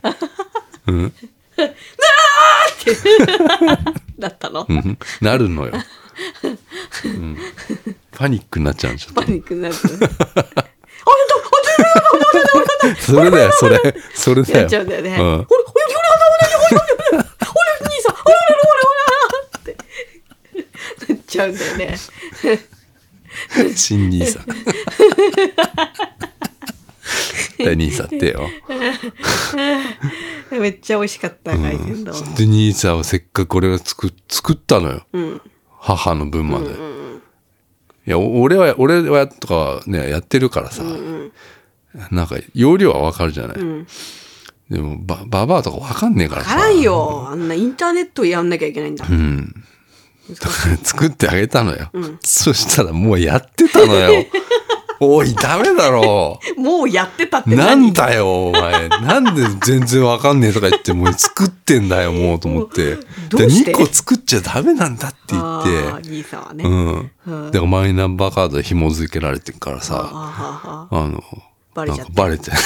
[SPEAKER 2] だったの、
[SPEAKER 3] うんなるのよ。うんパニックになっちゃうんちょっと
[SPEAKER 2] パ。ニックになって。
[SPEAKER 3] それだよ、それ。それだ
[SPEAKER 2] やっ
[SPEAKER 3] よ。
[SPEAKER 2] ちゃうんだよね。
[SPEAKER 3] う
[SPEAKER 2] ほら、ほら、
[SPEAKER 3] ん
[SPEAKER 2] ほら、ほら、ほら、ほら、ほら、ほら、兄さん、ほら、ほら、ほら、ほら、って。なっちゃうんだよね。
[SPEAKER 3] 新兄さん。大兄さんってよ。
[SPEAKER 2] めっちゃ美味しかった、海鮮丼。
[SPEAKER 3] で、兄さんはせっかく俺が作作ったのよ。
[SPEAKER 2] うん。
[SPEAKER 3] 母の分まで。いや、お俺は、俺はとかはね、やってるからさ、なんか、容量はわかるじゃない。
[SPEAKER 2] ん
[SPEAKER 3] でも、ば、ばばあとかわかんねえからさ。
[SPEAKER 2] 辛いよ。あんなインターネットやんなきゃいけないんだ。
[SPEAKER 3] うん。だから 作ってあげたのよ。そしたらもうやってたのよ。おい、ダメだろう。
[SPEAKER 2] もうやってたって
[SPEAKER 3] な
[SPEAKER 2] 何
[SPEAKER 3] んだよ、お前。なんで全然わかんねえとか言って、もう作ってんだよ、もうと思って。
[SPEAKER 2] ど
[SPEAKER 3] で、
[SPEAKER 2] うして
[SPEAKER 3] 2個作っちゃダメなんだって言
[SPEAKER 2] あ
[SPEAKER 3] っ
[SPEAKER 2] ー兄さんはね。
[SPEAKER 3] て。
[SPEAKER 2] あ
[SPEAKER 3] うん。で、マイナンバーカードで紐付けられてるから
[SPEAKER 2] あ
[SPEAKER 3] さ、
[SPEAKER 2] ああ
[SPEAKER 3] あの、
[SPEAKER 2] バレちゃった
[SPEAKER 3] なんかバレて。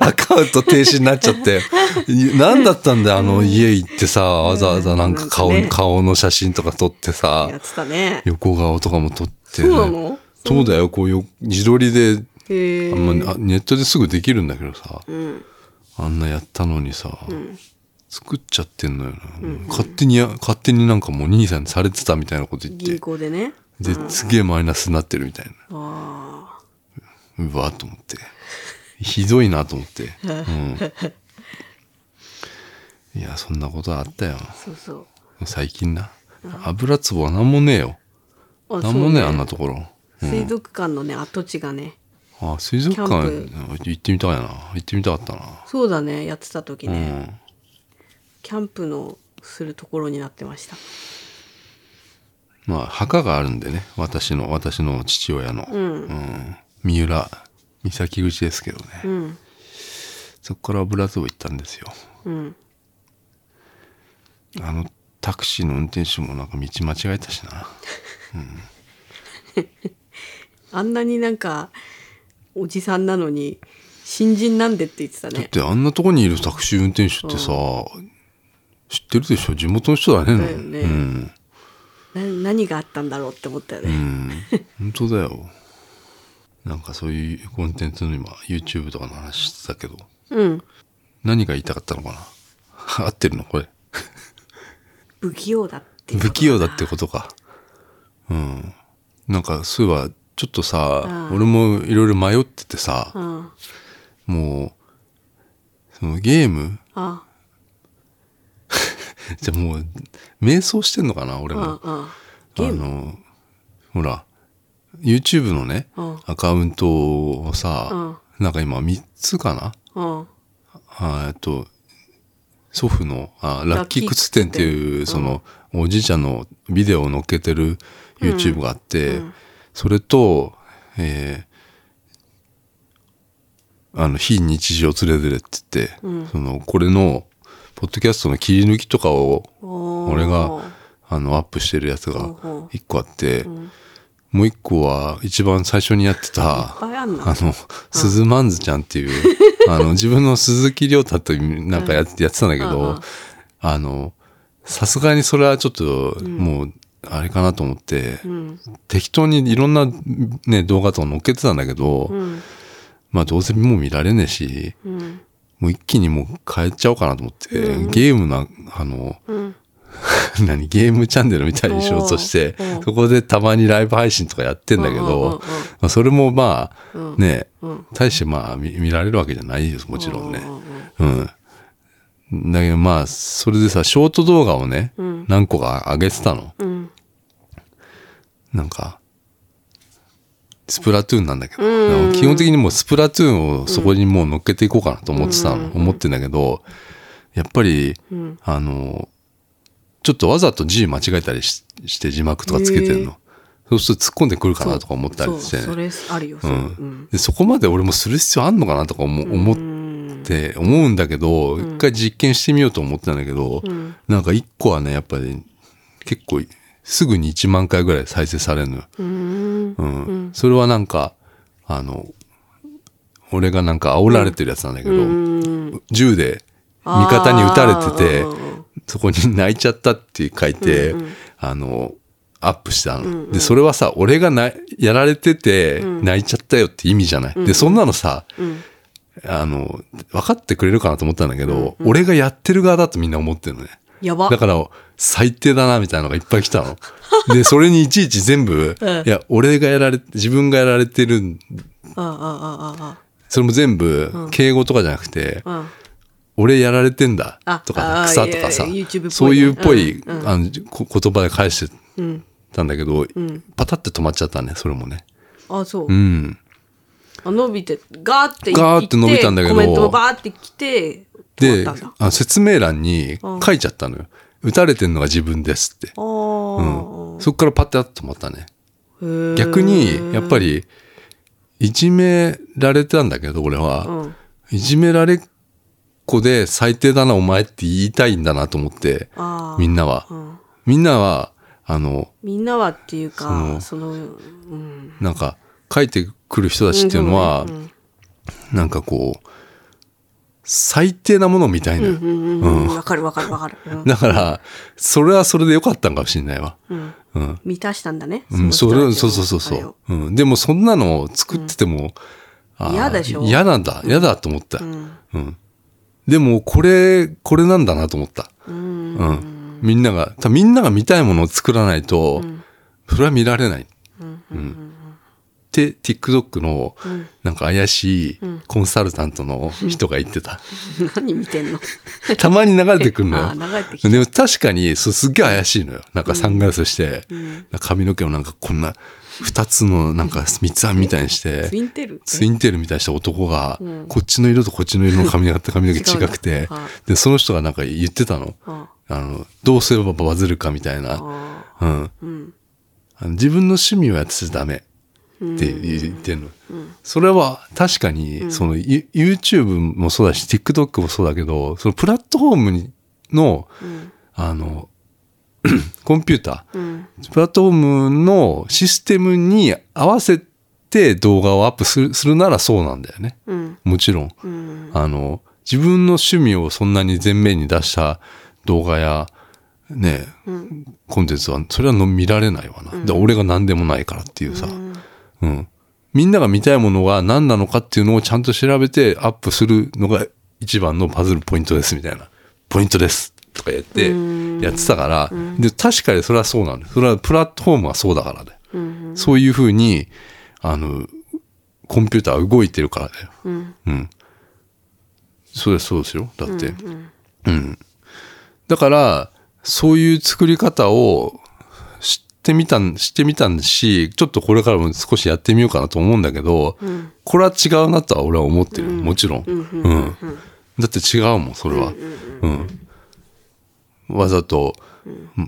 [SPEAKER 3] アカウント停止になっちゃって。何だったんだよ、あの家行ってさ、わざわざなんか顔、
[SPEAKER 2] なんかね
[SPEAKER 3] 顔の写真とか撮って
[SPEAKER 2] あ
[SPEAKER 3] さ
[SPEAKER 2] やっ、てたね。
[SPEAKER 3] 横顔とかも撮って、
[SPEAKER 2] そうなの
[SPEAKER 3] そうだよ、こういう自撮りで
[SPEAKER 2] へえ
[SPEAKER 3] あんまあネットですぐできるんだけどさ、
[SPEAKER 2] うん。
[SPEAKER 3] あんなやったのにさ、作っちゃってんのよな、勝手にや勝手になんかもう兄さんにされてたみたいなこと言って
[SPEAKER 2] 銀行でね
[SPEAKER 3] ですげえマイナスになってるみたいな
[SPEAKER 2] ああ
[SPEAKER 3] うわーと思って。ひどいなと思って。うん、いや、そんなことあったよ。
[SPEAKER 2] そうそう
[SPEAKER 3] 最近な。油壺はなんもねえよ。
[SPEAKER 2] あ
[SPEAKER 3] なんもねえ、
[SPEAKER 2] そう
[SPEAKER 3] あんなところ。
[SPEAKER 2] 水族館のね跡地がね
[SPEAKER 3] あ、水族館
[SPEAKER 2] キ
[SPEAKER 3] 行ってみたいな。行ってみたかったな。
[SPEAKER 2] そうだねやってた時
[SPEAKER 3] う
[SPEAKER 2] ね、
[SPEAKER 3] ん。
[SPEAKER 2] キャンプのするところになってました
[SPEAKER 3] まあ、墓があるんでね。私の、私の父親の。うん。三浦、三崎口ですけどね。
[SPEAKER 2] うん
[SPEAKER 3] そこから油壺行ったんですよ。
[SPEAKER 2] うん
[SPEAKER 3] あのタクシーの運転手もなんか道間違えたしな。
[SPEAKER 2] あんなになんかおじさんなのに新人なんでって言ってた
[SPEAKER 3] だっ
[SPEAKER 2] ね
[SPEAKER 3] てあんなとこにいるタクシー運転手ってさ、知ってるでしょ地元の人だね
[SPEAKER 2] だよね
[SPEAKER 3] うん、
[SPEAKER 2] な何があったんだろうって思ったよ
[SPEAKER 3] う
[SPEAKER 2] ね、
[SPEAKER 3] ん、本当だよなんかそういうコンテンツの今 YouTube とかの話してたけど
[SPEAKER 2] うん、
[SPEAKER 3] 何が言いたかったのかな 合ってるのこれ
[SPEAKER 2] 不器用だっていうこと
[SPEAKER 3] 不器用だってことかうんなんかそういえばちょっとさ
[SPEAKER 2] うん
[SPEAKER 3] 俺もいろいろ迷っててさ
[SPEAKER 2] うんあ
[SPEAKER 3] もうそのゲーム
[SPEAKER 2] あ
[SPEAKER 3] じゃあもう迷走してんのかな俺も
[SPEAKER 2] ああゲーム
[SPEAKER 3] あの、ほら、YouTube のね、
[SPEAKER 2] うん
[SPEAKER 3] アカウントをさ、なんか今3つか
[SPEAKER 2] う
[SPEAKER 3] な
[SPEAKER 2] ん
[SPEAKER 3] あえっと、祖父のあラ
[SPEAKER 2] ラ
[SPEAKER 3] ッ
[SPEAKER 2] ッ
[SPEAKER 3] キ
[SPEAKER 2] キ
[SPEAKER 3] ー
[SPEAKER 2] ー
[SPEAKER 3] 靴店っていう、その、おじいちゃんのビデオを載っけてる YouTube があって、それと、えーあの、非日常連れてれって言って、その、これの、ポッドキャストの切り抜きとかを
[SPEAKER 2] おー
[SPEAKER 3] 俺があのアップしてるやつが
[SPEAKER 2] うんうん
[SPEAKER 3] 一個あって、もう一個は一番最初にやってた、
[SPEAKER 2] ぱいあんな
[SPEAKER 3] あの、鈴まんずちゃんって いう、あの、自分の鈴木亮太となんかやってやってたんだけ
[SPEAKER 2] うんう
[SPEAKER 3] ど
[SPEAKER 2] ん、
[SPEAKER 3] あの、さすがにそれはちょっと、もう、あれかなと思って、
[SPEAKER 2] うん
[SPEAKER 3] 適当にいろんなね、動画とか載っけてたんだけど、
[SPEAKER 2] うん
[SPEAKER 3] まあどうせもう見られねえし、
[SPEAKER 2] うん
[SPEAKER 3] もう一気にもう変えちゃおうかなと思って、ゲームな、あの、
[SPEAKER 2] うん
[SPEAKER 3] 何ゲームチャンネルみたいにしようとして
[SPEAKER 2] おーお、ー
[SPEAKER 3] そこでたまにライブ配信とかやってんだけ
[SPEAKER 2] うんうんうんうん
[SPEAKER 3] ど、まあ、それもまあ、
[SPEAKER 2] うん
[SPEAKER 3] ね、
[SPEAKER 2] うん
[SPEAKER 3] 大してまあ見見られるわけじゃないです、もちろんね
[SPEAKER 2] う。
[SPEAKER 3] うん。だけどまあ、それでさ、ショート動画をね、
[SPEAKER 2] うん
[SPEAKER 3] 何個か上げてたの。
[SPEAKER 2] うん
[SPEAKER 3] なんか、スプラトゥーンなんだけど、でも基本的にもうスプラトゥーンをそこにもう乗っけていこうかなと思ってたの、思ってんだけど、やっぱり、
[SPEAKER 2] ん
[SPEAKER 3] あの、ちょっとわざと字間違えたりしして字幕とかつけてるの。そうすると突っ込んでくるかなとか思ったりしてね
[SPEAKER 2] そうそれあるよそうれ
[SPEAKER 3] んでそこまで俺もする必要あんのかなとか思,、う
[SPEAKER 2] う
[SPEAKER 3] 思っ
[SPEAKER 2] ん
[SPEAKER 3] て思うんだけど、一回実験してみようと思ってたんだけど、
[SPEAKER 2] ん
[SPEAKER 3] なんか一個はねやっぱり結構すぐに1万回ぐらい再生されるのよ、
[SPEAKER 2] うん
[SPEAKER 3] うんそれはなんかあの俺がなんか煽られてるやつなんだけど、
[SPEAKER 2] うん
[SPEAKER 3] 銃で味方に撃たれてて
[SPEAKER 2] あーうんうんうん
[SPEAKER 3] そこに泣いちゃったって書いて、あのアップしたの、でそれはさ俺がなやられてて泣いちゃったよって意味じゃない、でそんなのさ、あの分かってくれるかなと思ったんだけど、俺がやってる側だとみんな思ってるのね
[SPEAKER 2] やば
[SPEAKER 3] だから最低だなみたいなのがいっぱい 来たのでそれにいちいち全部、
[SPEAKER 2] うん
[SPEAKER 3] いや俺がやられ自分がやられてるん
[SPEAKER 2] あああああ
[SPEAKER 3] それも全部敬語とかじゃなくて、
[SPEAKER 2] ああ
[SPEAKER 3] 俺やられてんだ
[SPEAKER 2] あ
[SPEAKER 3] とか
[SPEAKER 2] あー
[SPEAKER 3] 草とかさ
[SPEAKER 2] いやいや YouTube っぽいね
[SPEAKER 3] そういうっぽい、
[SPEAKER 2] うんうん
[SPEAKER 3] あのこ言葉で返して
[SPEAKER 2] うん
[SPEAKER 3] たんだけど、
[SPEAKER 2] ん
[SPEAKER 3] パタって止まっちゃったねそれもね
[SPEAKER 2] あそう
[SPEAKER 3] うん
[SPEAKER 2] あ伸びてガーってい
[SPEAKER 3] ガーって伸びたんだけど
[SPEAKER 2] コメントもバーって来て
[SPEAKER 3] で
[SPEAKER 2] 終わったんだ
[SPEAKER 3] あ説明欄に書いちゃったのよ「撃たれてんのが自分です」って
[SPEAKER 2] あ、
[SPEAKER 3] うん、
[SPEAKER 2] ー
[SPEAKER 3] そっからパタッと止まったね
[SPEAKER 2] へー
[SPEAKER 3] 逆にやっぱりいじめられてたんだけど俺は、
[SPEAKER 2] うん
[SPEAKER 3] いじめられっ子で最低だなお前って言いたいんだなと思って
[SPEAKER 2] あー
[SPEAKER 3] みんなは、
[SPEAKER 2] うん
[SPEAKER 3] みんなはあの
[SPEAKER 2] みんなはっていうか
[SPEAKER 3] そ
[SPEAKER 2] そのうん
[SPEAKER 3] なんか書いてくる人たちっていうのは、
[SPEAKER 2] ん
[SPEAKER 3] なんかこう最低なものみたいな、
[SPEAKER 2] うんうんうんわかるわかるわかるうん
[SPEAKER 3] だからそれはそれでよかったんかもしれないわ、
[SPEAKER 2] うん
[SPEAKER 3] うん
[SPEAKER 2] 満たしたんだね
[SPEAKER 3] うん、そ
[SPEAKER 2] の人
[SPEAKER 3] れ
[SPEAKER 2] たち
[SPEAKER 3] そ
[SPEAKER 2] の
[SPEAKER 3] うそうそ
[SPEAKER 2] あ
[SPEAKER 3] う
[SPEAKER 2] れ
[SPEAKER 3] そ
[SPEAKER 2] を
[SPEAKER 3] う、うん、でもそんなのを作ってても、あー
[SPEAKER 2] 嫌でしょ
[SPEAKER 3] 嫌なんだ嫌だと思った、
[SPEAKER 2] うん
[SPEAKER 3] うんでも、これ、これなんだなと思った。うん。みんなが、たみんなが見たいものを作らないと、それは見られない。うん。って、TikTok の、なんか怪しいコンサルタントの人が言ってた。
[SPEAKER 2] 何見てんの
[SPEAKER 3] たまに流れてくる の
[SPEAKER 2] あ
[SPEAKER 3] よ
[SPEAKER 2] ー流れてき。た
[SPEAKER 3] でも確かに、そうすっげえ怪しいのよ。なんかサングラスして、髪の毛をなんかこんな、二つのなんか三つ編みみたいにして
[SPEAKER 2] ツ、インテール
[SPEAKER 3] ツインテールみたいにした男が、こっちの色とこっちの色の髪型、髪の毛違く
[SPEAKER 2] 違う
[SPEAKER 3] て
[SPEAKER 2] んだはい、
[SPEAKER 3] で、その人がなんか言ってたの。
[SPEAKER 2] あ
[SPEAKER 3] あの、どうすればバズるかみたいな。
[SPEAKER 2] あ
[SPEAKER 3] うん。あの自分の趣味をやってちゃダメって言ってるの。それは確かに、その、ユ YouTube もそうだし、TikTok もそうだけど、そのプラットフォームにの、あの、 コンピューター、プラットフォームのシステムに合わせて動画をアップするするならそうなんだよね。
[SPEAKER 2] うん
[SPEAKER 3] もちろん。
[SPEAKER 2] うん
[SPEAKER 3] あの、自分の趣味をそんなに前面に出した動画や、ね、コンテンツは、それはの見られないわな。で俺が何でもないからっていうさ、うん、みんなが見たいものが何なのかっていうのをちゃんと調べてアップするのが一番のパズルポイントですみたいな。ポイントですとかやって、やってたから、で、確かにそれはそうなんだよそれはプラットフォームはそうだからだよそういうふうに、あの、コンピューターは動いてるからだよ。うん。そうです、そうですよ。だって。うん、だから、そういう作り方を知ってみたん、知ってみたんだし、ちょっとこれからも少しやってみようかなと思うんだけど、これは違うなとは俺は思ってる。もちろん。うん。だって違うもん、それは。うん。わざと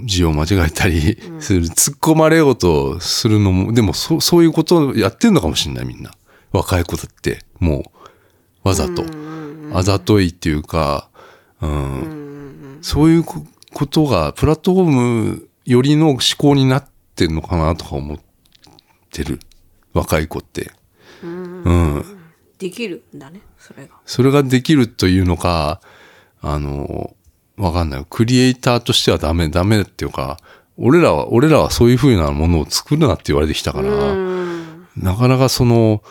[SPEAKER 3] 字を間違えたりする、突っ込まれようとするのも、でもそそういうことをやってんのかもしれないみんな。若い子だって、もう、わざと。あざといっていうか、うんそういうこことがプラットフォームよりの思考になってんのかなとか思ってる。若い子って。うん
[SPEAKER 2] できるんだねそれが
[SPEAKER 3] それができるというのか、あの、わかんない。クリエイターとしてはダメ、ダメっていうか、俺らは、俺らはそういう風なものを作るなって言われてきたから、なかなかその、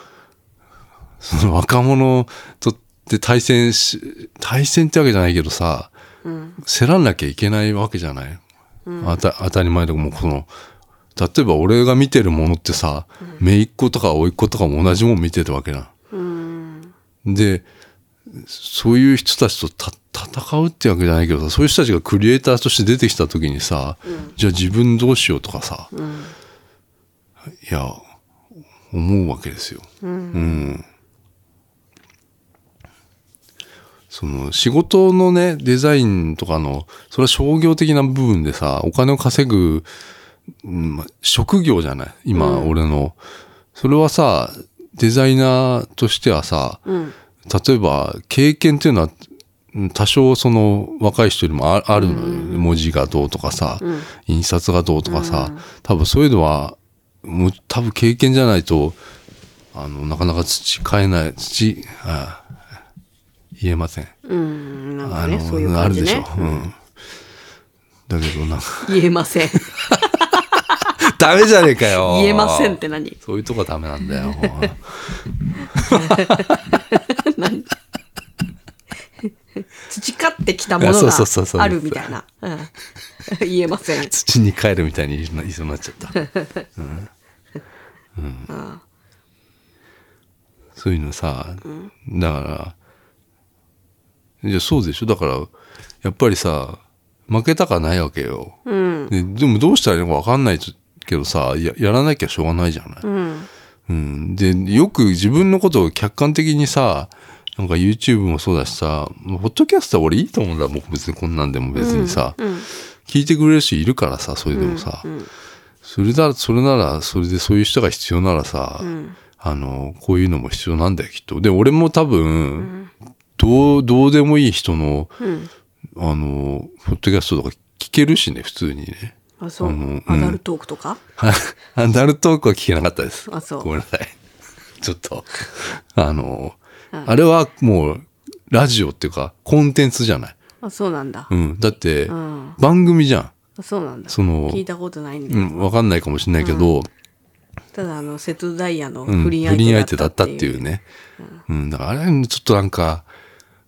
[SPEAKER 3] その若者とって対戦し、対戦ってわけじゃないけどさ、せらんなきゃいけないわけじゃない。あた当たり前でもうこの、例えば俺が見てるものってさ、姪っ子とか甥っ子とかも同じもん見てるわけな。で、そういう人たちとた戦うってわけじゃないけどさ、そういう人たちがクリエイターとして出てきた時にさ、じゃあ自分どうしようとかさ、いや、思うわけですよ。うんその仕事のね、デザインとかの、それは商業的な部分でさ、お金を稼ぐ、うんまあ職業じゃない今、俺の。それはさ、デザイナーとしてはさ、例えば経験っていうのはうん多少その若い人よりもああるのよ、文字がどうとかさ、印刷がどうとかさ、多分そういうのはもう多分経験じゃないとあのなかなか培えない土あ言えません
[SPEAKER 2] うんなん
[SPEAKER 3] あ
[SPEAKER 2] か
[SPEAKER 3] の
[SPEAKER 2] ねそういう
[SPEAKER 3] あ
[SPEAKER 2] 感
[SPEAKER 3] る
[SPEAKER 2] じ
[SPEAKER 3] でしょ、
[SPEAKER 2] ね
[SPEAKER 3] うん、だけどなんか
[SPEAKER 2] 言えません
[SPEAKER 3] ダメじゃねえかよ
[SPEAKER 2] 言えませんって何
[SPEAKER 3] そういうとこはダメなんだよ
[SPEAKER 2] 培ってきたもの
[SPEAKER 3] そうそうそうそう
[SPEAKER 2] があるみたいなうん 言えません
[SPEAKER 3] 土に帰るみたいに言いそう言いそうになっち ゃった、うんうんそういうのさ、だからじゃあそうでしょだからやっぱりさ負けたかないわけよ、
[SPEAKER 2] うん
[SPEAKER 3] ででもどうしたらいいのか分かんないけどさややらなきゃしょうがないじゃない、
[SPEAKER 2] うん
[SPEAKER 3] うん、でよく自分のことを客観的にさなんか YouTube もそうだしさもうポッドキャストは俺いいと思うんだもう別にこんなんでも別にさ、聞いてくれる人いるからさそれでもさ、それだそれならそれでそういう人が必要ならさ、あのこういうのも必要なんだよきっとで俺も多分、どうどうでもいい人の、あのポッドキャストとか聞けるしね普通にね
[SPEAKER 2] あそ
[SPEAKER 3] あ
[SPEAKER 2] う
[SPEAKER 3] の
[SPEAKER 2] アダルトークとか
[SPEAKER 3] アダルトークは聞けなかったです
[SPEAKER 2] あそう
[SPEAKER 3] ごめんなさい。 ちょっと、あの、あれはもう、ラジオっていうか、コンテンツじゃない。
[SPEAKER 2] あそうなんだ
[SPEAKER 3] うん。だって
[SPEAKER 2] う、ん
[SPEAKER 3] 番組じゃん。
[SPEAKER 2] あそうなんだ
[SPEAKER 3] その
[SPEAKER 2] 聞いたことないんで
[SPEAKER 3] うん、わかんないかもしれないけど、
[SPEAKER 2] ただあの瀬戸大也の
[SPEAKER 3] うん、
[SPEAKER 2] 不倫
[SPEAKER 3] 不倫相
[SPEAKER 2] 相
[SPEAKER 3] 手
[SPEAKER 2] 手
[SPEAKER 3] だ
[SPEAKER 2] だ
[SPEAKER 3] っ
[SPEAKER 2] ったた
[SPEAKER 3] っ
[SPEAKER 2] ってて
[SPEAKER 3] い
[SPEAKER 2] いう
[SPEAKER 3] うね。うん、だからあれ、ちょっとなんか、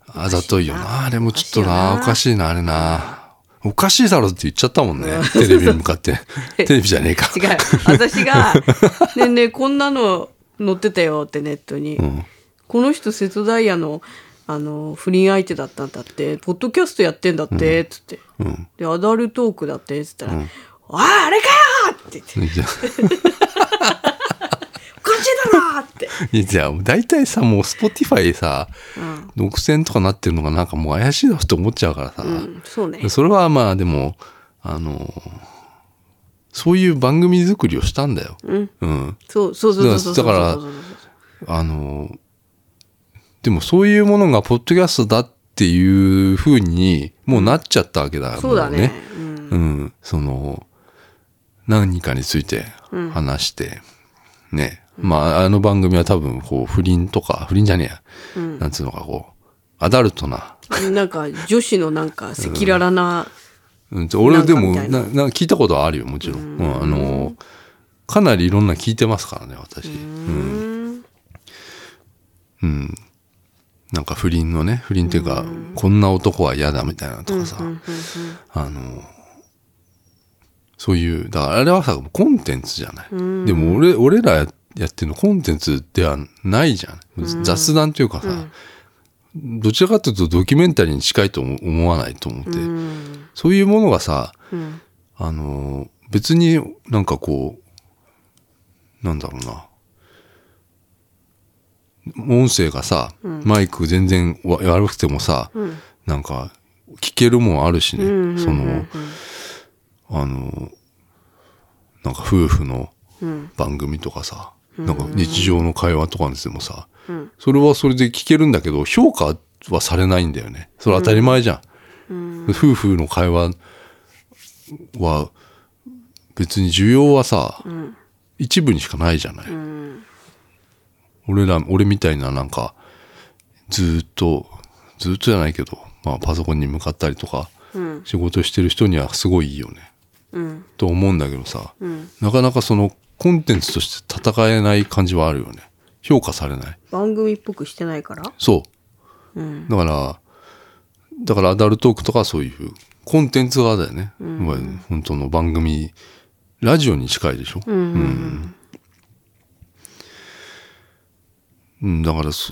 [SPEAKER 3] あざといよな。あれもちょっとな、お
[SPEAKER 2] お
[SPEAKER 3] か
[SPEAKER 2] か
[SPEAKER 3] しいな、あれな。おかしいだろって言っちゃったもんね。テレビに向か って。テレビじゃねえか。
[SPEAKER 2] 違う。私 が、ねえねえ、こんなの載ってたよってネットに。
[SPEAKER 3] ん
[SPEAKER 2] この人、瀬戸大也の、あの、不倫相手だったんだって、ポッドキャストやってんだって、つって。
[SPEAKER 3] うん。
[SPEAKER 2] で、アダルトークだって、つったら、ああ、あれかよって言って、
[SPEAKER 3] いや
[SPEAKER 2] おかしいだろって。
[SPEAKER 3] いや、じゃあ、大体さ、もう Spotify さ、独占とかなってるのがなんかもう怪しいだろって思っちゃうからさ。
[SPEAKER 2] うん、そうね。
[SPEAKER 3] それはまあでも、あの、そういう番組作りをしたんだよ。
[SPEAKER 2] うん。
[SPEAKER 3] うん。
[SPEAKER 2] そう、そうそうそうそう。
[SPEAKER 3] だから
[SPEAKER 2] そうそうそうそう
[SPEAKER 3] あの、でもそういうものがポッドキャストだっていうふうに、もうなっちゃったわけだよ
[SPEAKER 2] そうだね。う
[SPEAKER 3] も
[SPEAKER 2] ん。
[SPEAKER 3] ううん。その、何かについて話して、ね。まあ、あの番組は多分、こう、不倫とか、不倫じゃねえや。なんつうのか、こう、アダルトな。
[SPEAKER 2] なんか、女子のなんか、赤裸々な、
[SPEAKER 3] うん、俺でも
[SPEAKER 2] な
[SPEAKER 3] な、
[SPEAKER 2] んかみた
[SPEAKER 3] な聞いたことはあるよ、もちろん。うん、あの、かなりいろんな聞いてますからね、私。うん
[SPEAKER 2] うん、
[SPEAKER 3] うん。なんか不倫のね、不倫っていうか、こんな男は嫌だみたいなのとかさ、あの、そういう、だからあれはさ、コンテンツじゃない。でも俺、俺らややってるのコンテンツではないじゃん。雑談というかさ、どちらかというとドキュメンタリーに近いと思思わないと思っ
[SPEAKER 2] う
[SPEAKER 3] て、
[SPEAKER 2] ん、
[SPEAKER 3] そういうものがさ、
[SPEAKER 2] うん、
[SPEAKER 3] あの、別になんかこう、なんだろうな。音声がさ、マイク全然わ悪くてもさ、なんか聞けるもんあるしね、
[SPEAKER 2] うん
[SPEAKER 3] その、あの、なんか夫婦の
[SPEAKER 2] うん、
[SPEAKER 3] 番組とかさ、なんか日常の会話とかにしてもさ、
[SPEAKER 2] うん
[SPEAKER 3] それはそれで聞けるんだけど、評価はされないんだよね。それ当たり前じゃん。夫婦の会話は、別に需要はさ、一部にしかないじゃない。俺ら、俺みたいななんか、ずーっと、ずーっとじゃないけど、まあパソコンに向かったりとか、
[SPEAKER 2] うん
[SPEAKER 3] 仕事してる人にはすごいいいよね。
[SPEAKER 2] うん、
[SPEAKER 3] と思うんだけどさ、
[SPEAKER 2] うん。
[SPEAKER 3] なかなかそのコンテンツとして戦えない感じはあるよね。評価されない。
[SPEAKER 2] 番組っぽくしてないから。
[SPEAKER 3] そ
[SPEAKER 2] う
[SPEAKER 3] う。
[SPEAKER 2] ん
[SPEAKER 3] だから、だからアダルトークとかそういうコンテンツ側だよね。いわゆる本当の番組、ラジオに近いでしょ。うん
[SPEAKER 2] ん
[SPEAKER 3] うんだからそ、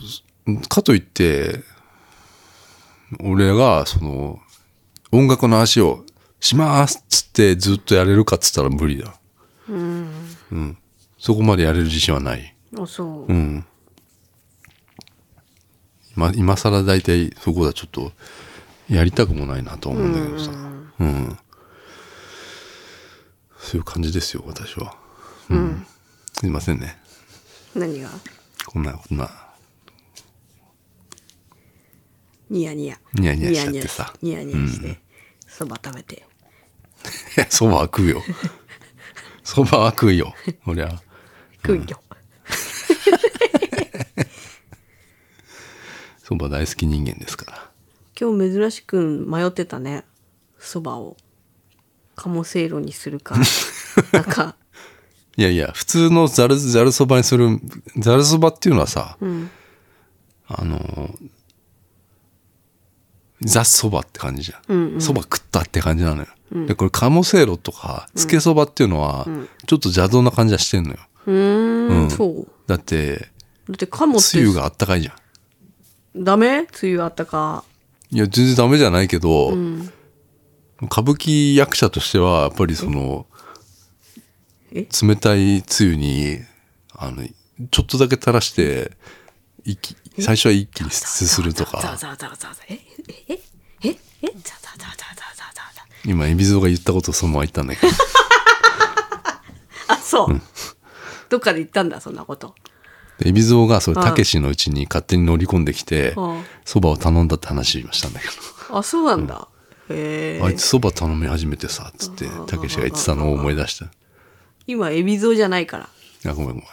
[SPEAKER 3] かといって、俺がその音楽の話をしますっつってずっとやれるかっつったら無理だ。うん。そこまでやれる自信はない。
[SPEAKER 2] あ、そう
[SPEAKER 3] う。ん。ま、今更大体そこはちょっとやりたくもないなと思うんだけどさ。うん。そういう感じですよ、私は。うん。すいませんね。
[SPEAKER 2] 何が
[SPEAKER 3] こんな、こんな、
[SPEAKER 2] ニヤニヤ。
[SPEAKER 3] ニヤニヤしちゃってさ
[SPEAKER 2] ニヤニヤニヤして。そば食べて。
[SPEAKER 3] そばは食う よ。そばは食うよ。俺は。
[SPEAKER 2] 食うよ。
[SPEAKER 3] そば大好き人間ですから。
[SPEAKER 2] 今日珍しく迷ってたね。そばを。鴨せいろにする か。なんか、
[SPEAKER 3] いやいや、普通のざる、ざるそばにする、ざるそばっていうのはさ、
[SPEAKER 2] うん。
[SPEAKER 3] あの、ザ・そばって感じじゃん。そば、食ったって感じなのよ。で、これ、鴨せいろとか、つけそばっていうのは、ちょっと邪道な感じはしてんのよ。
[SPEAKER 2] うー
[SPEAKER 3] うん
[SPEAKER 2] ん、そう。
[SPEAKER 3] だって、
[SPEAKER 2] だって鴨って
[SPEAKER 3] つゆがあったかいじゃん。
[SPEAKER 2] ダメつゆあったか。
[SPEAKER 3] いや、全然ダメじゃないけど、歌舞伎役者としては、やっぱりその、
[SPEAKER 2] え
[SPEAKER 3] 冷たいつゆに、あの、ちょっとだけ垂らして、一気最初は一気にすすると
[SPEAKER 2] ザ
[SPEAKER 3] か、
[SPEAKER 2] ザザザザええええええザザザザザザザザ
[SPEAKER 3] 今、海老蔵が言ったことをそのまま言ったんだけど。
[SPEAKER 2] あ、そう。どっかで言ったんだ、そんなこと。
[SPEAKER 3] で海老蔵がそれ
[SPEAKER 2] うん
[SPEAKER 3] たけしのうちに勝手に乗り込んできて
[SPEAKER 2] うん
[SPEAKER 3] そばを頼んだって話をしたんだけ
[SPEAKER 2] あ、そうなんだ。へ
[SPEAKER 3] どあ
[SPEAKER 2] え
[SPEAKER 3] い。つそば頼み始めてさっつってたけしが言ってたのを思い出した
[SPEAKER 2] 今、海老蔵じゃないから。
[SPEAKER 3] あごめんごめん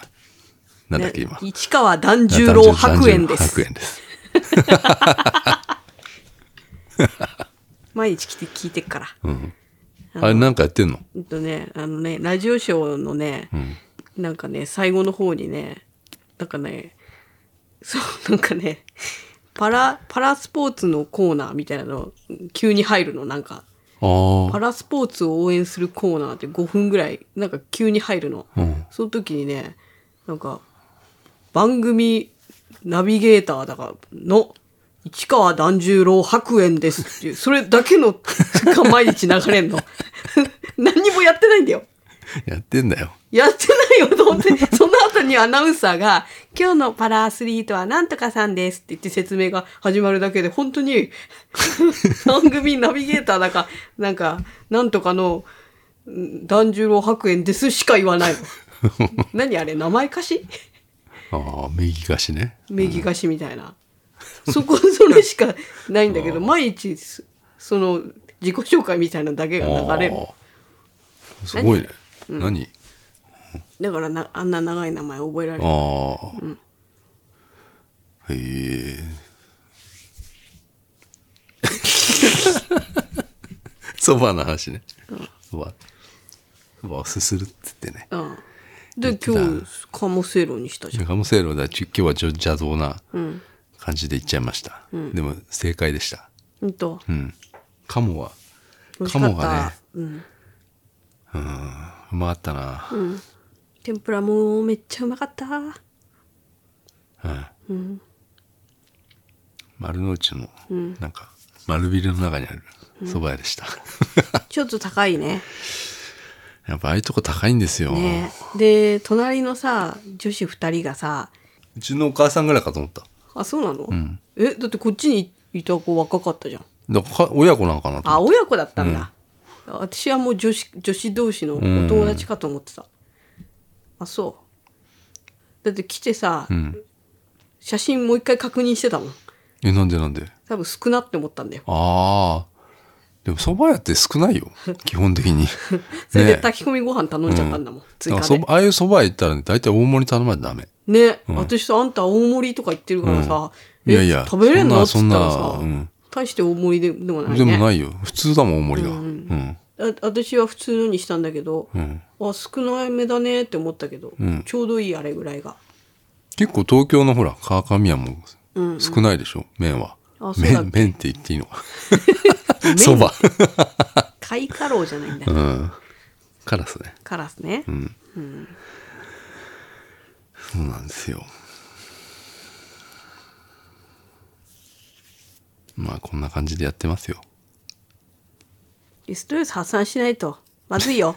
[SPEAKER 3] なんだっけ
[SPEAKER 2] ね
[SPEAKER 3] 今
[SPEAKER 2] 市川團十郎白猿で
[SPEAKER 3] 白
[SPEAKER 2] す。
[SPEAKER 3] 円です
[SPEAKER 2] 毎日来て聞いてっから。
[SPEAKER 3] うんあれなんかやってんの
[SPEAKER 2] うんとね、あのね、ラジオショーのね、
[SPEAKER 3] ん
[SPEAKER 2] なんかね、最後の方にね、なんかね、そう、なんかね、パラ、パラスポーツのコーナーみたいなの、急に入るの、なんか、
[SPEAKER 3] あ
[SPEAKER 2] パラスポーツを応援するコーナーって5分ぐらい、なんか急に入るの。
[SPEAKER 3] あ。うん。
[SPEAKER 2] その時にね、なんか、番組ナビゲーターだからの、市川團十郎白猿ですっていう、それだけのが毎日流れんの。 何にもやってないんだよ。
[SPEAKER 3] やってんだよ。
[SPEAKER 2] やってないよと思って、その後にアナウンサーが、今日のパラアスリートはなんとかさんですって言って説明が始まるだけで、本当に、番組ナビゲーターだか、なんか、なんとかの、うん團十郎白猿ですしか言わないの。何あれ、名前貸し
[SPEAKER 3] ああ、右貸しね。
[SPEAKER 2] 右貸しみたいな。そこ、それしかないんだけど、毎日、そその、自己紹介みたいなのだけが流れる
[SPEAKER 3] あ。あすごいね。何
[SPEAKER 2] だからな、あんな長い名前覚えられない
[SPEAKER 3] ああ。へえ。 そばの話ね。そば。そばをすするって言ってね。
[SPEAKER 2] うん。で、今日、カモセイロにしたじゃん。
[SPEAKER 3] ガムセールだち今日はちょ邪道な感じで言っちゃいました。でも正解でした。
[SPEAKER 2] ほんと。
[SPEAKER 3] うん。カモは、
[SPEAKER 2] 美味し
[SPEAKER 3] カ
[SPEAKER 2] かっ
[SPEAKER 3] モ
[SPEAKER 2] た。
[SPEAKER 3] がね、
[SPEAKER 2] うん。
[SPEAKER 3] うまかったな。
[SPEAKER 2] 天ぷらもめっちゃうまかった。
[SPEAKER 3] うん丸の内の、なんか丸ビルの中にある蕎麦屋でした、
[SPEAKER 2] ちょっと高いね。
[SPEAKER 3] やっぱああいうとこ高いんですよ、
[SPEAKER 2] ねで、隣のさ、女子二人がさ、
[SPEAKER 3] うちのお母さんぐらいかと思った
[SPEAKER 2] あ、そうなの、え、だってこっちにいた子若かったじゃん。
[SPEAKER 3] だからか親子なんかなと
[SPEAKER 2] あ、
[SPEAKER 3] 思っ
[SPEAKER 2] 親子だったんだ。私はもう女子、女子同士のお友達かと思ってた。あ、そう。だって来てさ、
[SPEAKER 3] ん
[SPEAKER 2] 写真もう一回確認してたもん。
[SPEAKER 3] たえなんでなんで
[SPEAKER 2] 多分少なって思ったんだよ。
[SPEAKER 3] ああでも蕎麦屋って少ない よ基本的に
[SPEAKER 2] それで
[SPEAKER 3] ね
[SPEAKER 2] 炊き込みご飯頼んじゃったんだもん、追
[SPEAKER 3] だか
[SPEAKER 2] 加
[SPEAKER 3] らそ
[SPEAKER 2] で
[SPEAKER 3] ば。ああいう蕎麦屋行ったらね大体大盛り頼まないとダメ
[SPEAKER 2] ね、私さ、あんた大盛りとか言ってるからさ、
[SPEAKER 3] うん
[SPEAKER 2] え
[SPEAKER 3] いやいや
[SPEAKER 2] 食べれんのっつ
[SPEAKER 3] そ
[SPEAKER 2] っ
[SPEAKER 3] ん
[SPEAKER 2] た
[SPEAKER 3] な
[SPEAKER 2] ら
[SPEAKER 3] そんな
[SPEAKER 2] さ、
[SPEAKER 3] うん
[SPEAKER 2] 大して大盛りででもないね。
[SPEAKER 3] でもないよ普通だもん大盛りがうん、
[SPEAKER 2] あ私は普通のにしたんだけど、
[SPEAKER 3] うん
[SPEAKER 2] あ、少ないめだねって思ったけど、
[SPEAKER 3] ん
[SPEAKER 2] ちょうどいいあれぐらいが。
[SPEAKER 3] 結構東京のほら川上屋も少ないでしょ、麺は
[SPEAKER 2] あそうだっ
[SPEAKER 3] 麺
[SPEAKER 2] け
[SPEAKER 3] 麺って言っていいのかそば
[SPEAKER 2] 貝カロじゃないんだ
[SPEAKER 3] う。んカラスね
[SPEAKER 2] カラスね。
[SPEAKER 3] そうなんですよまあこんな感じでやってますよ
[SPEAKER 2] リストレス発散しないと。まずい よ。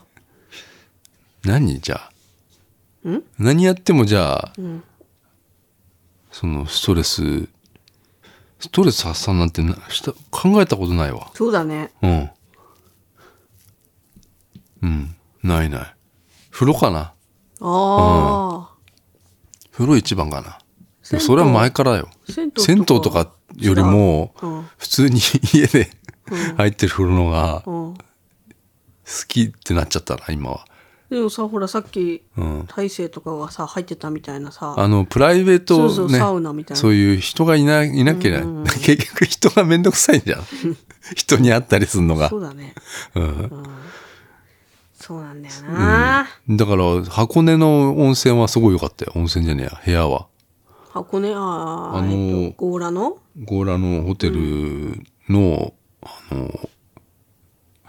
[SPEAKER 3] 何じゃあ何やってもじゃあ、そのストレスストレス発散なんてなした考えたことないわ
[SPEAKER 2] そうだね。
[SPEAKER 3] うんうんないない風呂かな
[SPEAKER 2] ああ、
[SPEAKER 3] 風呂一番かな
[SPEAKER 2] 銭湯
[SPEAKER 3] でもそれは前からだよ
[SPEAKER 2] 銭湯とか
[SPEAKER 3] 銭湯とかよりも
[SPEAKER 2] うん
[SPEAKER 3] 普通に 家で入ってる風呂のが好
[SPEAKER 2] うん。
[SPEAKER 3] きってなっちゃったな今は、
[SPEAKER 2] でもさ、ほらさっき、
[SPEAKER 3] うん、
[SPEAKER 2] 大勢とかがさ、入ってたみたいなさ。
[SPEAKER 3] あのプライベート
[SPEAKER 2] そうそう
[SPEAKER 3] ね
[SPEAKER 2] サウナみたいな
[SPEAKER 3] そういう人がいないいなきゃいけない、 結局人がめんどくさい じゃん人に会ったりするのが
[SPEAKER 2] そうだね。
[SPEAKER 3] うん
[SPEAKER 2] そうなんだよな、
[SPEAKER 3] だから箱根の温泉はすごい良かったよ温泉じゃねえや部屋は
[SPEAKER 2] 箱根、ああ、
[SPEAKER 3] あのー
[SPEAKER 2] えっと強羅の
[SPEAKER 3] 強羅のホテルの、あの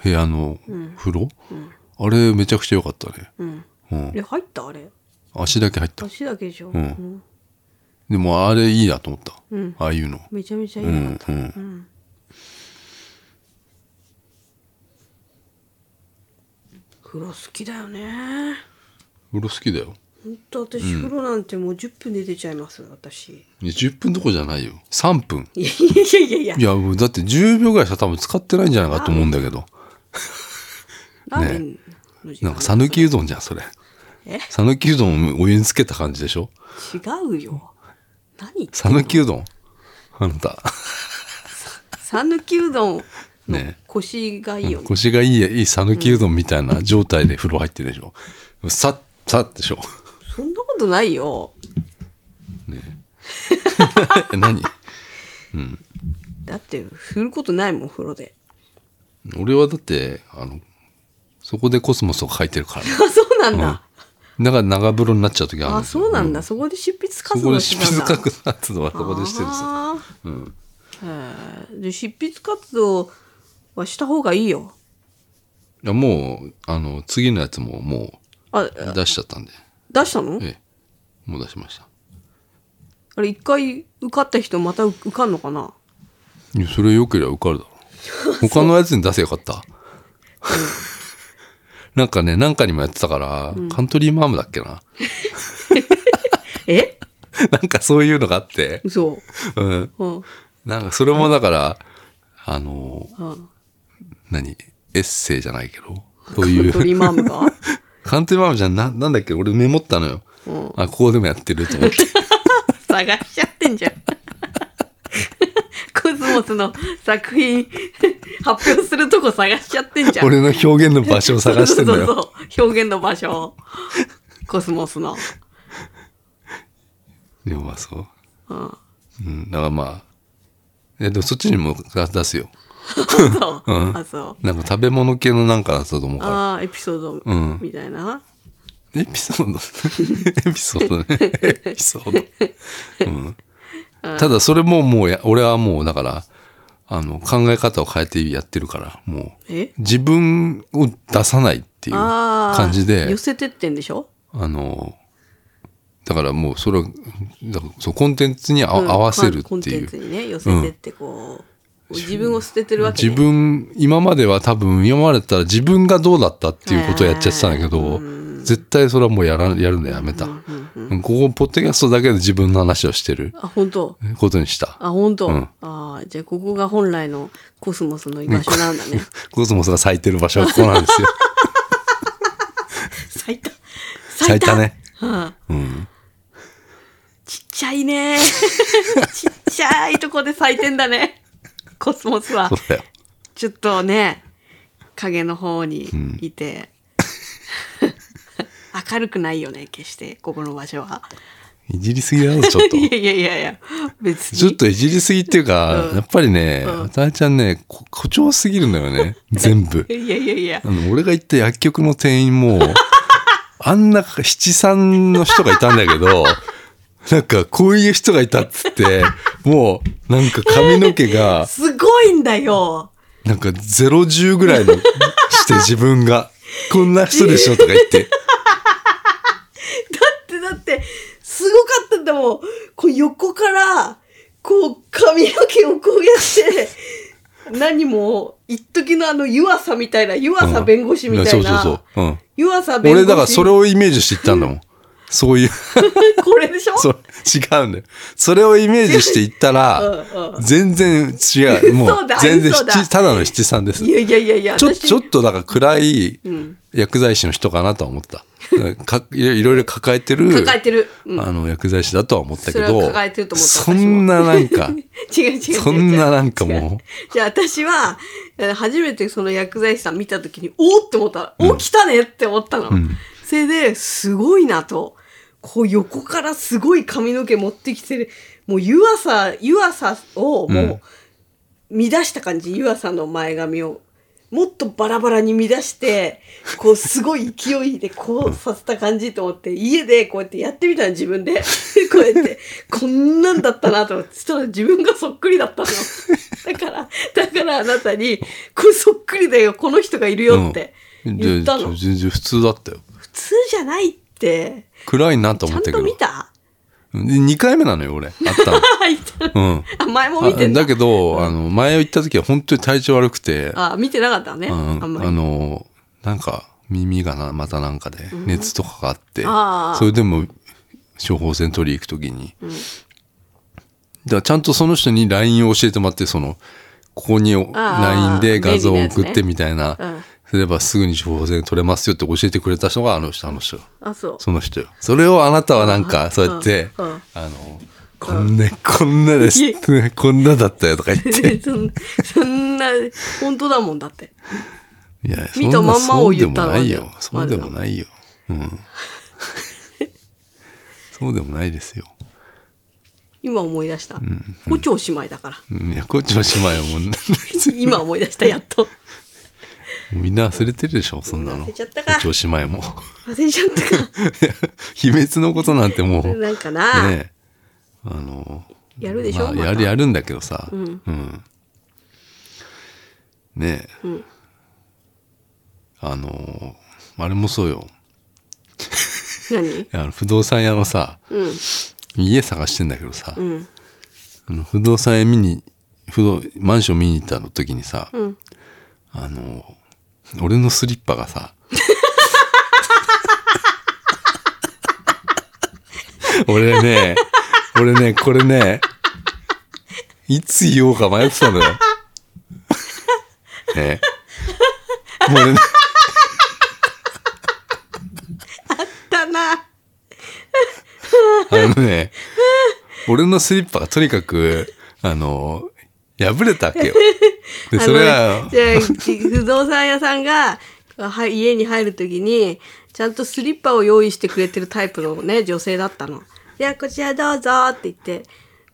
[SPEAKER 3] 部屋の風呂、あれめちゃくちゃ良かったね、
[SPEAKER 2] うん。
[SPEAKER 3] うん
[SPEAKER 2] え、入ったあれ。
[SPEAKER 3] 足だけ入った
[SPEAKER 2] 足だけでしょ、
[SPEAKER 3] ん
[SPEAKER 2] うん
[SPEAKER 3] でもあれいいなと思った、ああいうの
[SPEAKER 2] めちゃめちゃいういな、
[SPEAKER 3] んうん、
[SPEAKER 2] 風呂好きだよね。
[SPEAKER 3] 風呂好きだよ
[SPEAKER 2] ほんと私、風呂なんてもう10分で出ちゃいます、私。
[SPEAKER 3] 10分どころじゃないよ3分
[SPEAKER 2] いやいやいやいや
[SPEAKER 3] い、やもうだって10秒ぐらいしか多分使ってないんじゃないかと思うんだけど
[SPEAKER 2] ラーメンの時間、
[SPEAKER 3] なんか讃岐うどんじゃんそれ
[SPEAKER 2] え
[SPEAKER 3] 讃岐うどんをお湯につけた感じでしょ
[SPEAKER 2] 違うよ。何
[SPEAKER 3] 讃岐うどんあなた
[SPEAKER 2] 讃岐うどんの
[SPEAKER 3] ね
[SPEAKER 2] 腰がいいよね。
[SPEAKER 3] 腰がいいいい讃岐うどんみたいな状態で風呂入ってるでしょさっさっでしょ
[SPEAKER 2] そんなことないよ。
[SPEAKER 3] 何
[SPEAKER 2] だって、振ることないもん、風呂で。
[SPEAKER 3] 俺はだってあのそこでコスモスを書いてるからね
[SPEAKER 2] あ、そうなんだ。
[SPEAKER 3] だから長風呂になっちゃう時ある
[SPEAKER 2] あそうなんだ、
[SPEAKER 3] う
[SPEAKER 2] そこで執筆
[SPEAKER 3] そ
[SPEAKER 2] 活
[SPEAKER 3] こ
[SPEAKER 2] 動
[SPEAKER 3] で
[SPEAKER 2] して
[SPEAKER 3] 執
[SPEAKER 2] たん
[SPEAKER 3] 筆
[SPEAKER 2] だ
[SPEAKER 3] 活動はそこでしてるんですよ
[SPEAKER 2] あ
[SPEAKER 3] うん
[SPEAKER 2] ーへーで執筆活動はした方がいいよ
[SPEAKER 3] いやもうあの次のやつもも
[SPEAKER 2] あ
[SPEAKER 3] う出しちゃったんで、
[SPEAKER 2] 出したの
[SPEAKER 3] ええ、もう出しました
[SPEAKER 2] あれ一回受かった人また受かんのかない
[SPEAKER 3] やそれよければ受かるだろ 他のやつに出せよかった、なんかねなんかにもやってたから、カントリーマームだっけな
[SPEAKER 2] え
[SPEAKER 3] なんかそういうのがあって、
[SPEAKER 2] 嘘
[SPEAKER 3] うん、
[SPEAKER 2] うん
[SPEAKER 3] なんかそれもだからあの
[SPEAKER 2] うん
[SPEAKER 3] 何エッセイじゃないけどそうい
[SPEAKER 2] ド
[SPEAKER 3] う
[SPEAKER 2] リーマームが
[SPEAKER 3] カントリーマームじゃんななんだっけ俺メモったのよ、
[SPEAKER 2] うん
[SPEAKER 3] あここでもやってる と思って
[SPEAKER 2] 探しちゃってん じゃんコズモスの作品 発表するとこ探しちゃってんじゃん
[SPEAKER 3] 俺の表現の場所を探してんだよ
[SPEAKER 2] そうそうそう表現の場所コスモス の
[SPEAKER 3] でもまあそう
[SPEAKER 2] うん
[SPEAKER 3] うんだからまあえでもそっちにも出すよ
[SPEAKER 2] そう、
[SPEAKER 3] うん
[SPEAKER 2] あそう
[SPEAKER 3] なんか食べ物系のなんかだったと思うから
[SPEAKER 2] ああエピソード
[SPEAKER 3] ん
[SPEAKER 2] みたいな、
[SPEAKER 3] エピソー ドエピソードね。エピソード。うん。ただそれももうや、俺はもうだから、あの、考え方を変えてやってるから、もう、
[SPEAKER 2] え
[SPEAKER 3] 自分を出さないっていう
[SPEAKER 2] ああ
[SPEAKER 3] 感じで
[SPEAKER 2] 寄、せてってんでしょ
[SPEAKER 3] あの、だからもうそれを、だからそうコンテンツにあ、
[SPEAKER 2] うん
[SPEAKER 3] 合わせる
[SPEAKER 2] コン
[SPEAKER 3] って
[SPEAKER 2] テ
[SPEAKER 3] い
[SPEAKER 2] ン
[SPEAKER 3] う
[SPEAKER 2] ツ。にね寄せてってこう、自分を捨ててるわけ、ね、
[SPEAKER 3] 自分、今までは多分、今までだったら自分がどうだったっていうことをやっちゃってたんだけど、絶対それはもうやら、やるのやめた。うんここ、ポッドキャストだけで自分の話をしてる
[SPEAKER 2] あ本当
[SPEAKER 3] ことにした。
[SPEAKER 2] あ本当、
[SPEAKER 3] うん
[SPEAKER 2] ああーじゃあここが本来のコスモスの居場所なん だね
[SPEAKER 3] コスモスが咲いてる場所はここなんですよ。
[SPEAKER 2] 咲いた咲
[SPEAKER 3] 咲
[SPEAKER 2] い
[SPEAKER 3] い
[SPEAKER 2] た
[SPEAKER 3] たね。
[SPEAKER 2] うん
[SPEAKER 3] うん。
[SPEAKER 2] ちっちゃい ねちっちゃいとこで咲いてんだねコスモスは
[SPEAKER 3] そうだよ。
[SPEAKER 2] ちょっとね、影の方にいて、 明るくないよね、決して、ここの場所は。
[SPEAKER 3] いじりすぎだろ、ちょっと。
[SPEAKER 2] いやいやいやいや、別に。
[SPEAKER 3] ちょっといじりすぎっていうか、やっぱりね、たえちゃんね、こ誇張すぎるのよね。全部。
[SPEAKER 2] いやいやいや
[SPEAKER 3] あ、の俺が行った薬局の店員 も、あんな七三の人がいたんだけど、なんかこういう人がいたっつって、もうなんか髪の毛が、
[SPEAKER 2] すごいんだよ。
[SPEAKER 3] なんかゼロ十ぐらいのして自分が、こんな人でしょとか 言って、
[SPEAKER 2] だってだって、すごかったんだもん。こう横から、こう髪の毛をこうやって、何も、一時のあの湯浅みたいな、湯浅
[SPEAKER 3] うん
[SPEAKER 2] 弁護士みたいな。
[SPEAKER 3] そうそうそううん
[SPEAKER 2] 湯浅弁護士。
[SPEAKER 3] 俺だからそれをイメージして行ったんだもん。そ ういう、
[SPEAKER 2] これでしょ
[SPEAKER 3] そう、違うんだよ。それをイメージして行ったら、
[SPEAKER 2] うんうん
[SPEAKER 3] 全然違う。も
[SPEAKER 2] そう
[SPEAKER 3] う
[SPEAKER 2] だ
[SPEAKER 3] 全然
[SPEAKER 2] そうだ
[SPEAKER 3] 七、ただの七三です
[SPEAKER 2] い。やいやいやいや、
[SPEAKER 3] ちょ
[SPEAKER 2] 私
[SPEAKER 3] ちょっとだから暗い薬剤師の人かなとは 思った。かいろいろいろ抱えてる
[SPEAKER 2] 抱えてる。うん
[SPEAKER 3] あの薬剤師だとは思ったけ
[SPEAKER 2] それ
[SPEAKER 3] ど
[SPEAKER 2] は抱えてると思った
[SPEAKER 3] そんなな んか
[SPEAKER 2] 違う違う違う違う
[SPEAKER 3] そんななんかも
[SPEAKER 2] じゃあ私はえー初めてその薬剤師さん見た時におーって思ったおー来たねって思ったの、それですごいなとこう横からすごい髪の毛持ってきてるもう湯浅湯浅をもう乱した感じ、湯浅の前髪をもっとバラバラに乱してこうすごい勢いでこうさせた感じと思って家でこうやってやってみたの自分でこうやってこんなんだったなと思ってそしたら自分がそっくりだったのだからだからあなたに「これそっくりだよこの人がいる
[SPEAKER 3] う、
[SPEAKER 2] よ」って
[SPEAKER 3] うん
[SPEAKER 2] 言ったの、
[SPEAKER 3] で全然普通だったよ
[SPEAKER 2] 普通じゃないって
[SPEAKER 3] 暗いなと
[SPEAKER 2] ち
[SPEAKER 3] 思
[SPEAKER 2] ゃ
[SPEAKER 3] っ
[SPEAKER 2] ん
[SPEAKER 3] たけど
[SPEAKER 2] と見た
[SPEAKER 3] 2回目なのよ俺あったの
[SPEAKER 2] あいた
[SPEAKER 3] うん
[SPEAKER 2] あ前も 見
[SPEAKER 3] あ
[SPEAKER 2] てんだ
[SPEAKER 3] だけど、あの前行った時は本当に体調悪くて
[SPEAKER 2] あ見てなかったね、
[SPEAKER 3] うん
[SPEAKER 2] あんま
[SPEAKER 3] あ
[SPEAKER 2] り
[SPEAKER 3] のなんか耳がなまたなんかで熱とかがあって、
[SPEAKER 2] あー
[SPEAKER 3] それでも処方箋取り行く時に、だからちゃんとその人に LINE を教えてもらってそのここにお
[SPEAKER 2] あー
[SPEAKER 3] LINE で画像
[SPEAKER 2] 便利な
[SPEAKER 3] を
[SPEAKER 2] やつね
[SPEAKER 3] 送ってみたいな、
[SPEAKER 2] うん
[SPEAKER 3] すればすぐに処方箋取れますよって教えてくれた人があの人あの人
[SPEAKER 2] あそう
[SPEAKER 3] その人よそれをあなたはなんかそうやって、
[SPEAKER 2] うんうん
[SPEAKER 3] あのこんな、こんなです。こんなだったよとか言っ て。
[SPEAKER 2] そんそんな本当だもんだって
[SPEAKER 3] いや、
[SPEAKER 2] 見たまんまを言った
[SPEAKER 3] そ
[SPEAKER 2] の
[SPEAKER 3] んなそうでもな
[SPEAKER 2] に
[SPEAKER 3] いよ。そうでもないよ。うん。そうでもないですよ。
[SPEAKER 2] 今思い出した。胡蝶姉妹だから。
[SPEAKER 3] うんいや、こっちの姉妹はもう、
[SPEAKER 2] 今思い出した、やっと。
[SPEAKER 3] みんな忘れてるでしょ、そんなの。
[SPEAKER 2] 忘れちゃったか
[SPEAKER 3] おし前も。
[SPEAKER 2] 忘れちゃったか。
[SPEAKER 3] 秘密のことなんてもう、 ね
[SPEAKER 2] なんかな、
[SPEAKER 3] えあの、
[SPEAKER 2] やるでしょ
[SPEAKER 3] まあ
[SPEAKER 2] また
[SPEAKER 3] やるやるんだけどさ、うんねえ、
[SPEAKER 2] ん
[SPEAKER 3] あの、あれもそうよ。
[SPEAKER 2] 何
[SPEAKER 3] あの不動産屋のさ、
[SPEAKER 2] うん。
[SPEAKER 3] 家探してんだけどさ、
[SPEAKER 2] うん。
[SPEAKER 3] あの不動産屋見に、不動、マンション見に行ったの時にさ、
[SPEAKER 2] うん。
[SPEAKER 3] あの、俺のスリッパ がさ、俺ね、俺ね、これね、いつ言おうか迷ってたのよ。 ねえもう俺ね、
[SPEAKER 2] だな。
[SPEAKER 3] あのね、俺のスリッパがとにかく、あの、破れたわけよ。で、それ
[SPEAKER 2] あの
[SPEAKER 3] は、
[SPEAKER 2] じゃあ不動産屋さんがは家に入るときにちゃんとスリッパを用意してくれてるタイプのね女性だったの。じゃあこちらどうぞって言って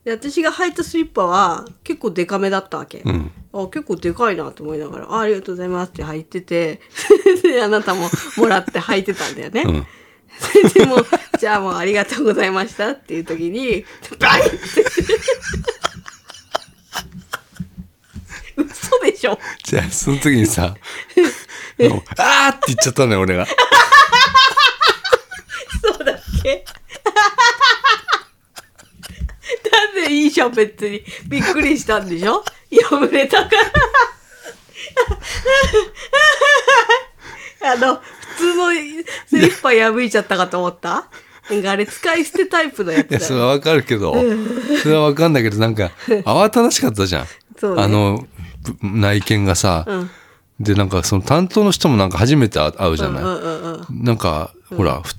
[SPEAKER 2] で私が履いたスリッパは結構デカめだったわけ。
[SPEAKER 3] ん
[SPEAKER 2] あ結構でかいなと思いながらあありがとうございますって履いてて であなたももらって履いてたんだよね。
[SPEAKER 3] うん。
[SPEAKER 2] それ でもうじゃあもうありがとうございましたっていう時に バンって嘘でしょ
[SPEAKER 3] じゃあ、その時にさ、あーって言っちゃったのよ、俺が。
[SPEAKER 2] そうだっけだっていいじゃん別にびっくりしたんでしょ破れたからあの普通のスリッパ破いちゃったかと思ったなんかあれ使い捨てタイプのやつ
[SPEAKER 3] い
[SPEAKER 2] だ
[SPEAKER 3] や、
[SPEAKER 2] よ
[SPEAKER 3] それはわかるけど、それはわかんだけど、なんか、慌ただしかったじゃん。
[SPEAKER 2] そうね
[SPEAKER 3] あの、ぶ内見がさ、
[SPEAKER 2] うん
[SPEAKER 3] で、なんか、その担当の人もなんか初めて会会うじゃない。
[SPEAKER 2] うんうんうんうん
[SPEAKER 3] なんか、ほら、ふ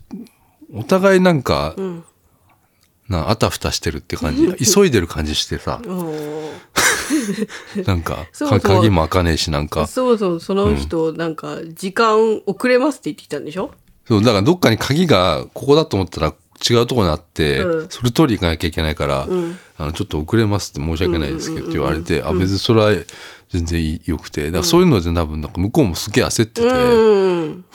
[SPEAKER 3] お互いなんか、
[SPEAKER 2] ん
[SPEAKER 3] なあたふたしてるっ て感じ、急いでる感じしてさ、
[SPEAKER 2] お
[SPEAKER 3] なんか、
[SPEAKER 2] そうそ
[SPEAKER 3] か
[SPEAKER 2] う
[SPEAKER 3] 鍵も開かねえし、なん
[SPEAKER 2] ー
[SPEAKER 3] か、
[SPEAKER 2] そもそもその人、なんか、時間遅れますって言ってきたんでしょ
[SPEAKER 3] そう、だからどっかに鍵がここだと思ったら違うとこにあって、
[SPEAKER 2] うん
[SPEAKER 3] それ取りに行かなきゃいけないから、あの、ちょっと遅れますって申し訳ないですけどって言われて、あ、別にそれは全然いいよくて、だからそういうので多分なんか向こうもすげえ焦ってて、
[SPEAKER 2] うん。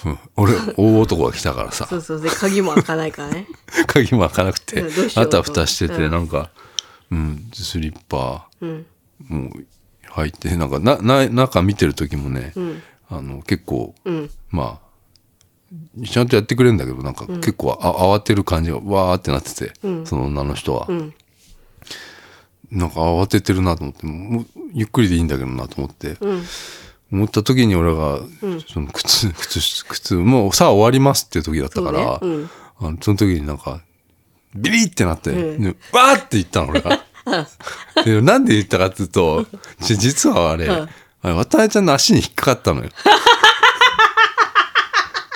[SPEAKER 3] うん俺、大男が来たからさ
[SPEAKER 2] そ、うそうで、鍵も開かないから ね。
[SPEAKER 3] 鍵も開かなくて
[SPEAKER 2] うんどう、しよう
[SPEAKER 3] あ
[SPEAKER 2] と
[SPEAKER 3] たふたしてて、
[SPEAKER 2] うん
[SPEAKER 3] なんか、うん、スリッパ、
[SPEAKER 2] うん。
[SPEAKER 3] もう入って、なんかな、な、中見てる時もね、
[SPEAKER 2] ん
[SPEAKER 3] あの、結構、
[SPEAKER 2] うん。
[SPEAKER 3] まあ、ちゃんとやってくれるんだけど、なんか結構あ、慌てる感じがわーってなってて、その女の人は、
[SPEAKER 2] ん
[SPEAKER 3] なんか慌ててるなと思って、もうゆっくりでいいんだけどなと思って、思った時に俺が、その靴、 靴、靴、もうさあ終わりますっていう時だったから、
[SPEAKER 2] そうねうん
[SPEAKER 3] あのその時になんか、ビリってなって、
[SPEAKER 2] うん
[SPEAKER 3] でわーって言ったの 俺が。でなんで言ったかっていうと、じ実はあれ、
[SPEAKER 2] うん
[SPEAKER 3] あれ渡辺ちゃんの足に引っかかったのよ。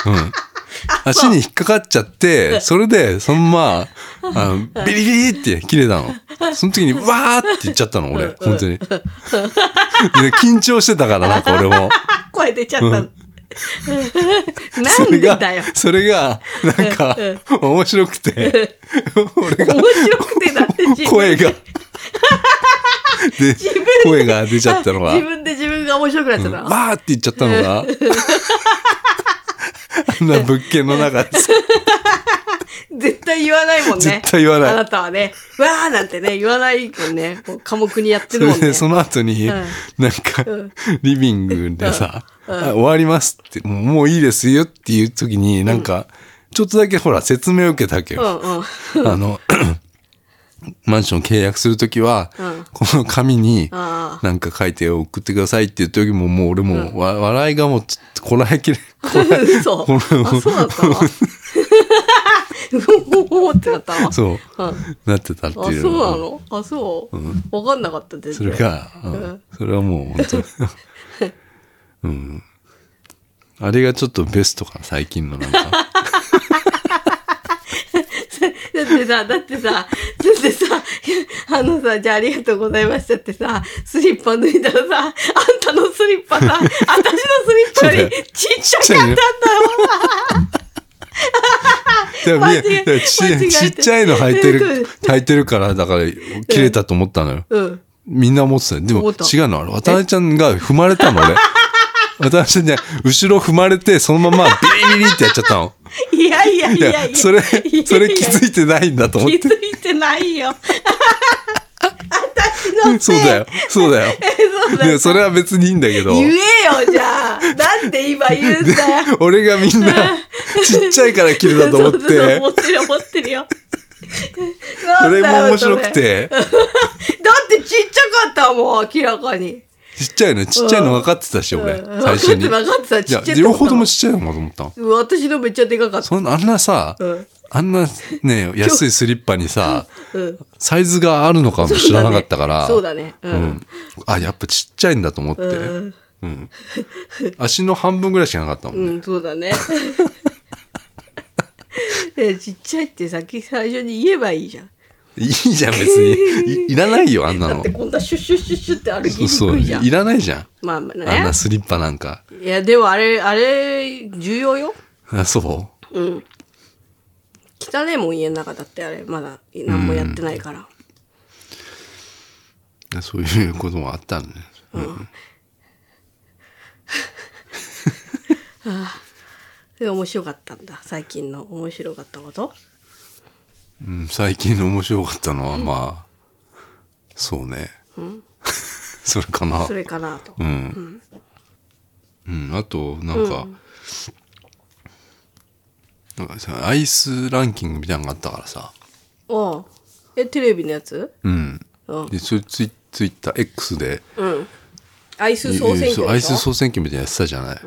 [SPEAKER 3] うん。足に引っかかっち ゃって、それで、そのまま、あの、ビリビリって切れたの。その時に、わーって言っちゃったの、俺。本当に。で緊張してたから、なんか 俺も。
[SPEAKER 2] あ、声出ちゃった。
[SPEAKER 3] うん
[SPEAKER 2] なんでだよ。
[SPEAKER 3] それが、それがなんか、面白くて、俺が
[SPEAKER 2] 面白くてだって自分
[SPEAKER 3] 声が、で、声が出ちゃったのが
[SPEAKER 2] 自、分で自分が面白くなっちゃった。
[SPEAKER 3] わーって言っちゃったのが、あんな物件の中でさ
[SPEAKER 2] 絶対言わないもんね。
[SPEAKER 3] 絶対言わない
[SPEAKER 2] あなたはね、わーなんてね、言わないもんね。もう寡黙にやって
[SPEAKER 3] そ
[SPEAKER 2] るも
[SPEAKER 3] れ
[SPEAKER 2] んね。
[SPEAKER 3] でその後に、
[SPEAKER 2] うん
[SPEAKER 3] なんか、リビングでさ、あ終わりますって、もういいですよっていう時に、なんか、ちょっとだけほら、説明を受けたわけ
[SPEAKER 2] う
[SPEAKER 3] よ。
[SPEAKER 2] んうん。
[SPEAKER 3] あの、 マンション契約するときは、
[SPEAKER 2] うん
[SPEAKER 3] この紙に、
[SPEAKER 2] あ
[SPEAKER 3] なんか書いて送ってくださいって言った時も、もう俺もう、わ笑いがもう、こらえきれ、こらえ
[SPEAKER 2] 嘘。あ、そうだったの うおおってなったの
[SPEAKER 3] そう、
[SPEAKER 2] うん
[SPEAKER 3] なってたって
[SPEAKER 2] あ、そう
[SPEAKER 3] いう
[SPEAKER 2] なのあ、そう。わかんなかった、全然。
[SPEAKER 3] それが、うん
[SPEAKER 2] うん
[SPEAKER 3] それはもう本 当に。うん。あれがちょっとベストかな、最近のな んか。
[SPEAKER 2] だってさ、だってさ、だってさ、あのさ、じゃあありがとうございましたってさ、スリッパ脱いだらさ、あんたのスリッパさ、私のスリッパよりちっちゃかったんだよ。
[SPEAKER 3] でも
[SPEAKER 2] 間
[SPEAKER 3] み
[SPEAKER 2] 違え
[SPEAKER 3] だからち
[SPEAKER 2] 間違えて
[SPEAKER 3] ちっちゃいの履いてる、履いてるから、だから、切れたと思ったのよ。
[SPEAKER 2] うん。
[SPEAKER 3] みんな思ってたよ。でも、
[SPEAKER 2] 思った
[SPEAKER 3] 違うの。あれ、渡辺ちゃんが踏まれたの、俺。私ね、後ろ踏まれて、そのままビリビリってやっちゃったの。
[SPEAKER 2] いやいやい
[SPEAKER 3] い
[SPEAKER 2] やい
[SPEAKER 3] や、
[SPEAKER 2] や。
[SPEAKER 3] それ、それ気づいてないんだと思っ
[SPEAKER 2] 気
[SPEAKER 3] て。
[SPEAKER 2] づいてないよ。私のせい。
[SPEAKER 3] そうだよ。そうだよ。
[SPEAKER 2] そうだ
[SPEAKER 3] い
[SPEAKER 2] よ
[SPEAKER 3] や、それは別にいいんだけど。
[SPEAKER 2] 言えよ、じゃあ。なんで今言うんだよ。
[SPEAKER 3] 俺がみんな、ちっちゃいから綺麗だと思 っ
[SPEAKER 2] そうそうそう
[SPEAKER 3] て
[SPEAKER 2] 思、ってる思ってるよ。
[SPEAKER 3] そ
[SPEAKER 2] なん
[SPEAKER 3] れ
[SPEAKER 2] だよ
[SPEAKER 3] も面白く。て、
[SPEAKER 2] それだってちっちゃかったもん、明らかに。
[SPEAKER 3] ちっちゃいの、ちっちゃいの分かってたし、俺、
[SPEAKER 2] うん
[SPEAKER 3] 最初に。
[SPEAKER 2] 分かってた分かってた
[SPEAKER 3] いや
[SPEAKER 2] ちっちゃい、と思った
[SPEAKER 3] 両
[SPEAKER 2] もん
[SPEAKER 3] 方ともちっちゃいのかと思ったの。
[SPEAKER 2] うわ私のめっちゃでかかった。
[SPEAKER 3] そんなあんなさ、
[SPEAKER 2] うん
[SPEAKER 3] あんなね、安いスリッパにさ、
[SPEAKER 2] うん。
[SPEAKER 3] サイズがあるのかも知らなかったから、
[SPEAKER 2] そうだね。
[SPEAKER 3] う
[SPEAKER 2] うんん。
[SPEAKER 3] あ、やっぱちっちゃいんだと思って、
[SPEAKER 2] うん。
[SPEAKER 3] 足の半分ぐらいしかなかったもんね。
[SPEAKER 2] うん、そうだね。 えちっちゃいって先最初に言えばいいじゃん。
[SPEAKER 3] いいじゃん、別に。 いいらないよ、あんな
[SPEAKER 2] だっ
[SPEAKER 3] の
[SPEAKER 2] て。こんなシュッシュッシュッシュッって歩き
[SPEAKER 3] そう
[SPEAKER 2] に
[SPEAKER 3] そ
[SPEAKER 2] くいじ
[SPEAKER 3] う、
[SPEAKER 2] ゃん。
[SPEAKER 3] いらないじゃん。
[SPEAKER 2] まあまあ
[SPEAKER 3] あん
[SPEAKER 2] ね
[SPEAKER 3] な。スリッパなんか。
[SPEAKER 2] いや、でもあれ、あれ、重要よ。
[SPEAKER 3] あ、そう
[SPEAKER 2] うん。汚ねえもん家の中だってあれ、まだ何もやってないから。
[SPEAKER 3] そういうこともあったんね。
[SPEAKER 2] で、面白かったんだ。最近の面白かったこと。
[SPEAKER 3] うん、最近の面白かったのは、まあ、そうね。それかな
[SPEAKER 2] そ。れかなと。
[SPEAKER 3] うん。うん、あと、なんか、なんかさ、アイスランキングみたいなのがあったからさ。
[SPEAKER 2] おうえ、テレビのやつ
[SPEAKER 3] うん。
[SPEAKER 2] うん。
[SPEAKER 3] で、それツイツイッター X で、
[SPEAKER 2] うん。アイス総選挙でし
[SPEAKER 3] そ
[SPEAKER 2] ょ
[SPEAKER 3] うアイス総選挙みたいなやつだじゃない。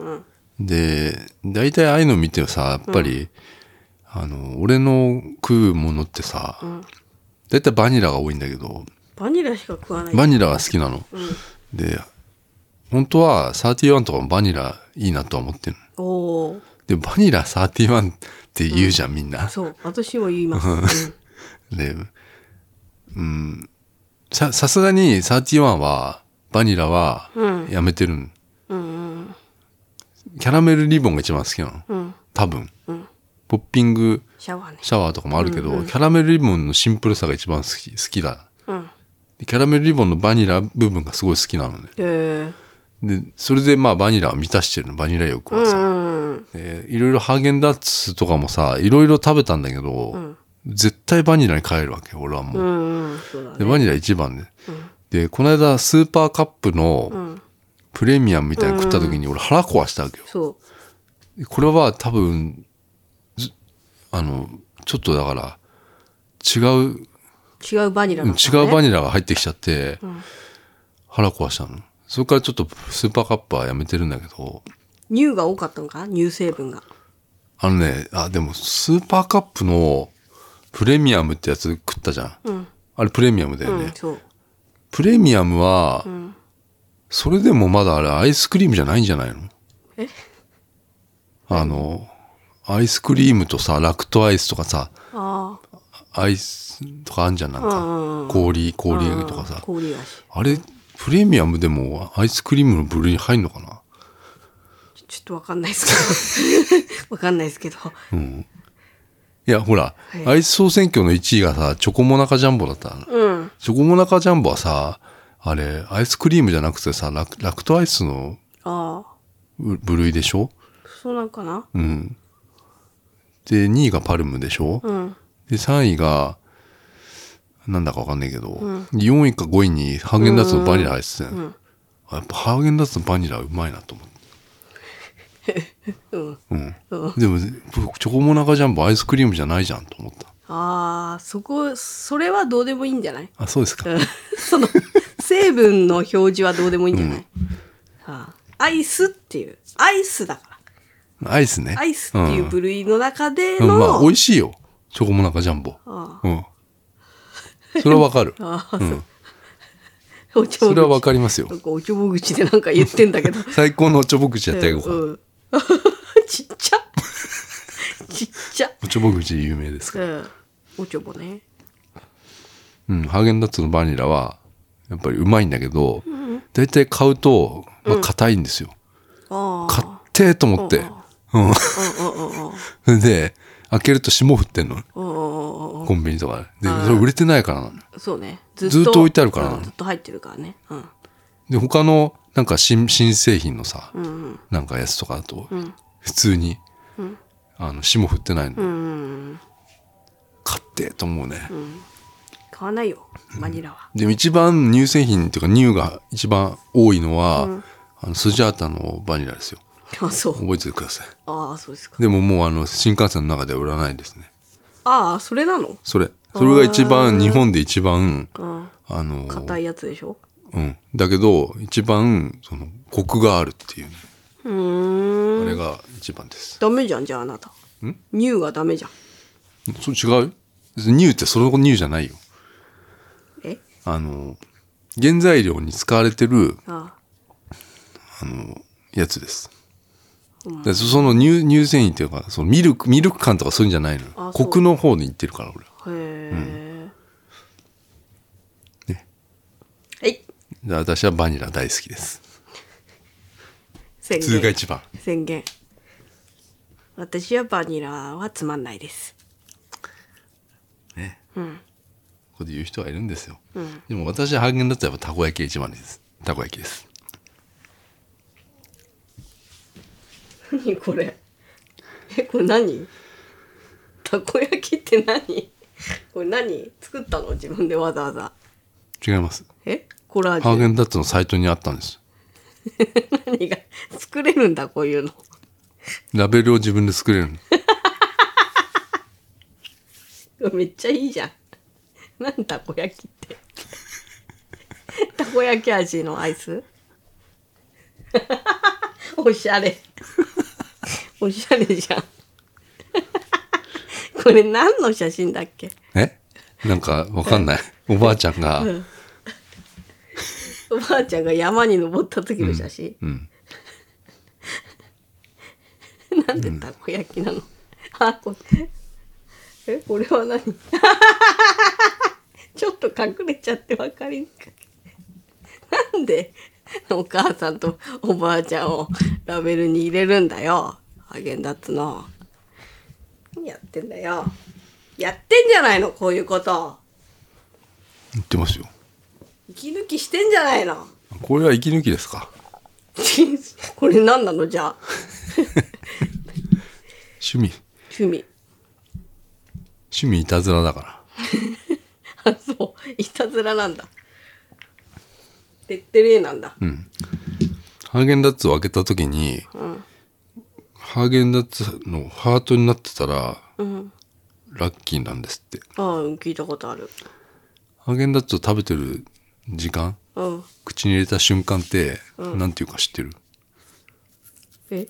[SPEAKER 3] で、大体ああいうの見てさ、やっぱり、あの、俺の食うものってさ、大体バニラが多いんだけど、
[SPEAKER 2] バニラしか食わない。
[SPEAKER 3] バニラが好きなの。で、本当は31とかもバニラいいなとは思ってるの。
[SPEAKER 2] おお。
[SPEAKER 3] で、バニラ31って言うじゃん、みんな。
[SPEAKER 2] そう。私も言います。うん
[SPEAKER 3] で、うん、さ、さすがに31は、バニラは
[SPEAKER 2] うん、
[SPEAKER 3] やめてる、ん。キャラメルリボンが一番好きなの。
[SPEAKER 2] ん
[SPEAKER 3] 多分、ポッピング
[SPEAKER 2] シャワーね。
[SPEAKER 3] シャワーとかもあるけど、キャラメルリボンのシンプルさが一番好き、好きだ。
[SPEAKER 2] うん。
[SPEAKER 3] でキャラメルリボンのバニラ部分がすごい好きなのね。
[SPEAKER 2] え
[SPEAKER 3] で、それでまあバニラを満たしてるの、バニラ欲は
[SPEAKER 2] ー。
[SPEAKER 3] さ。
[SPEAKER 2] うん。
[SPEAKER 3] でいろいろハーゲンダッツとかもさ、いろいろ食べたんだけど、絶対バニラに変えるわけ、俺はもう。
[SPEAKER 2] うんうん。そうだ
[SPEAKER 3] で、
[SPEAKER 2] ね。
[SPEAKER 3] バニラ一番で。で、この間、スーパーカップのプレミアムみたいなの食った時に、俺腹壊したわけよ。
[SPEAKER 2] そ
[SPEAKER 3] これは多分、ずあの、ちょっとだから、違う、
[SPEAKER 2] う。違うバニラ
[SPEAKER 3] うん
[SPEAKER 2] の、ね。
[SPEAKER 3] 違うバニラが入ってきちゃって、腹壊したの。それからちょっとスーパーカップはやめてるんだけど、
[SPEAKER 2] 乳が多かったのか乳成分が。
[SPEAKER 3] あのね、あ、でもスーパーカップのプレミアムってやつ食ったじゃん。
[SPEAKER 2] うん。
[SPEAKER 3] あれプレミアムだよね。
[SPEAKER 2] うん、そう。
[SPEAKER 3] プレミアムは、それでもまだあれアイスクリームじゃないんじゃないの
[SPEAKER 2] え
[SPEAKER 3] あの、アイスクリームとさ、ラクトアイスとかさ、
[SPEAKER 2] あ
[SPEAKER 3] アイスとかあんじゃん、なん
[SPEAKER 2] あ。うん
[SPEAKER 3] か。
[SPEAKER 2] うんうん。
[SPEAKER 3] 氷、氷とか
[SPEAKER 2] うん
[SPEAKER 3] さ。
[SPEAKER 2] 氷菓子。
[SPEAKER 3] あれ、プレミアムでもアイスクリームの部類に入んのかな
[SPEAKER 2] ちょちょっとわかんないですけど。わかんないですけど。
[SPEAKER 3] いや、ほら、
[SPEAKER 2] はい
[SPEAKER 3] アイス総選挙の1位がさ、チョコモナカジャンボだったの。
[SPEAKER 2] うん。
[SPEAKER 3] チョコモナカジャンボはさ、あれ、アイスクリームじゃなくてさ、ラクラクトアイスの
[SPEAKER 2] ああ。
[SPEAKER 3] 部部類でしょ
[SPEAKER 2] そうなんかな
[SPEAKER 3] うん。で、2位がパルムでしょ、
[SPEAKER 2] うん。
[SPEAKER 3] で、3位が、なんだかわかんないけど、4位か5位にハーゲンダッツのバニラ入ってたよ、あやっぱハーゲンダッツのバニラうまいなと思って。
[SPEAKER 2] うん。
[SPEAKER 3] うん。
[SPEAKER 2] うん
[SPEAKER 3] でも、僕チョコモナカジャンボアイスクリームじゃないじゃんと思った。
[SPEAKER 2] ああ、そこ、それはどうでもいいんじゃない
[SPEAKER 3] あ、そうですか。
[SPEAKER 2] その、成分の表示はどうでもいいんじゃない、はあ、アイスっていう。アイスだか
[SPEAKER 3] アイスね。
[SPEAKER 2] ら。アイスっていう部類の中で
[SPEAKER 3] うん、
[SPEAKER 2] の、
[SPEAKER 3] うんまあ、美味しいよ。チョコモナカジャンボ。
[SPEAKER 2] あ
[SPEAKER 3] うん。それはわかる。
[SPEAKER 2] ああ
[SPEAKER 3] うん。
[SPEAKER 2] おちょ
[SPEAKER 3] そ
[SPEAKER 2] ぼ
[SPEAKER 3] れはわ
[SPEAKER 2] 口。
[SPEAKER 3] かりますよ
[SPEAKER 2] な。んかおちょぼ口でなんか言ってんだ けど。
[SPEAKER 3] 最高のおちょぼ口やったよ、ここ
[SPEAKER 2] うん、 ちっちゃ。ちっちゃ。
[SPEAKER 3] おちょぼ口有名ですから
[SPEAKER 2] うん。おちょぼね。
[SPEAKER 3] うん、ハーゲンダッツのバニラは、やっぱりうまいんだけど、大体買うと、まあ、硬いんですよ。
[SPEAKER 2] あ
[SPEAKER 3] 買っ
[SPEAKER 2] あ。
[SPEAKER 3] てーと思って。うん。
[SPEAKER 2] うんうんうんうん。
[SPEAKER 3] それ で、開けると霜降ってんの。
[SPEAKER 2] うんうんうんうん
[SPEAKER 3] コンビニとかで。で、それ売れてないからなの。
[SPEAKER 2] そうね。ずっ
[SPEAKER 3] ずっと置いてあるからな
[SPEAKER 2] うんずっと入ってるからね。うん。
[SPEAKER 3] で、他のなんか新新製品のさ、
[SPEAKER 2] うんうん
[SPEAKER 3] なんかやつとかだと、
[SPEAKER 2] ん
[SPEAKER 3] 普通に、あの霜降ってないの、
[SPEAKER 2] うん
[SPEAKER 3] 買ってと思うね、
[SPEAKER 2] 買わないよマニラは、
[SPEAKER 3] でも一番乳製品っていうか乳が一番多いのは、あのスジャータのバニラですよ
[SPEAKER 2] あ そう
[SPEAKER 3] 覚えててください
[SPEAKER 2] ああそうですか
[SPEAKER 3] でももうあの新幹線の中では売らないですね
[SPEAKER 2] ああそれなの
[SPEAKER 3] それそれが一番日本で一番
[SPEAKER 2] うん
[SPEAKER 3] あの
[SPEAKER 2] 硬いやつでしょ
[SPEAKER 3] うん、だけど一番そのコクがあるっていうね、
[SPEAKER 2] うーん
[SPEAKER 3] あれが一番です
[SPEAKER 2] ダメじゃんじゃああなた乳がダメじゃん
[SPEAKER 3] そ違う乳ってその乳じゃないよ
[SPEAKER 2] え
[SPEAKER 3] あの原材料に使われてる
[SPEAKER 2] あ
[SPEAKER 3] あのやつです。でそその乳乳繊維っていうかそのミルクミルク感とかそういうんじゃないのよ
[SPEAKER 2] あそう
[SPEAKER 3] コクの方にいってるから俺は
[SPEAKER 2] あへえ、
[SPEAKER 3] ね
[SPEAKER 2] はい
[SPEAKER 3] で私はバニラ大好きです
[SPEAKER 2] 宣
[SPEAKER 3] 通が
[SPEAKER 2] 言
[SPEAKER 3] 一番
[SPEAKER 2] 宣言私はバニラはつまんないです
[SPEAKER 3] ね
[SPEAKER 2] うん
[SPEAKER 3] ここで言う人はいるんですよ、
[SPEAKER 2] うん
[SPEAKER 3] でも私はハーゲンダッツはやっぱたこ焼きが一番ですたこ焼きです
[SPEAKER 2] 何これえこれ何たこ焼きって何これ何作ったの自分でわざわざ
[SPEAKER 3] 違います
[SPEAKER 2] えコラ
[SPEAKER 3] ハー
[SPEAKER 2] ージ
[SPEAKER 3] ゲ
[SPEAKER 2] ュ
[SPEAKER 3] ンダッツのサイトにあったんです
[SPEAKER 2] 何が作れるんだこういうの
[SPEAKER 3] ラベルを自分で作れる の
[SPEAKER 2] めっちゃいいじゃんなんたこ焼きって たこ焼き味のアイス おしゃれおしゃれじゃん これ何の写真だっけ
[SPEAKER 3] えなんかわかんないおばあちゃんが、うん
[SPEAKER 2] おばあちゃんが山に登った時の写真、 なんでたこ焼きなの、あこ れえこれは何 ちょっと隠れちゃって分かりにくいなんでお母さんとおばあちゃんをラベルに入れるんだよハーゲンダッツの何やってんだよやってんじゃないのこういうこと
[SPEAKER 3] 言ってますよ
[SPEAKER 2] 息抜きしてんじゃないの
[SPEAKER 3] これは息抜きですか
[SPEAKER 2] これ何なのじゃあ
[SPEAKER 3] 趣味
[SPEAKER 2] 趣味
[SPEAKER 3] 趣味いたずらだから
[SPEAKER 2] あ そういたずらなんだてってれーなんだ
[SPEAKER 3] ハーゲンダッツを開けた時に、
[SPEAKER 2] ん
[SPEAKER 3] ハーゲンダッツのハートになってたら
[SPEAKER 2] うん
[SPEAKER 3] ラッキーなんですって
[SPEAKER 2] ああ聞いたことある
[SPEAKER 3] ハーゲンダッツを食べてる時間
[SPEAKER 2] うん
[SPEAKER 3] 口に入れた瞬間って、なんていうか知ってる
[SPEAKER 2] え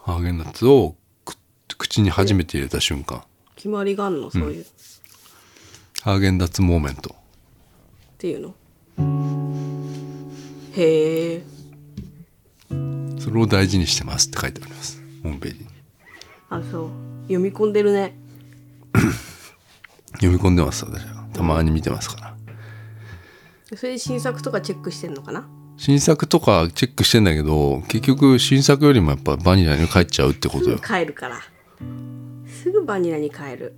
[SPEAKER 3] ハーゲンダッツをく口に初めて入れた瞬間
[SPEAKER 2] 決まりがあんのそういう、っ
[SPEAKER 3] ハーゲンダッツモーメント
[SPEAKER 2] ていうのへえ
[SPEAKER 3] それを大事にしてますって書いてありますホームページに
[SPEAKER 2] あそう読み込んでるね
[SPEAKER 3] 読み込んでます私はたまに見てますから
[SPEAKER 2] それで新作とかチェックしてんのかな
[SPEAKER 3] 新作とかチェックしてんだけど結局新作よりもやっぱバニラに帰っちゃうってこ
[SPEAKER 2] す
[SPEAKER 3] と
[SPEAKER 2] ぐ
[SPEAKER 3] よ
[SPEAKER 2] 帰るからすぐバニラに帰る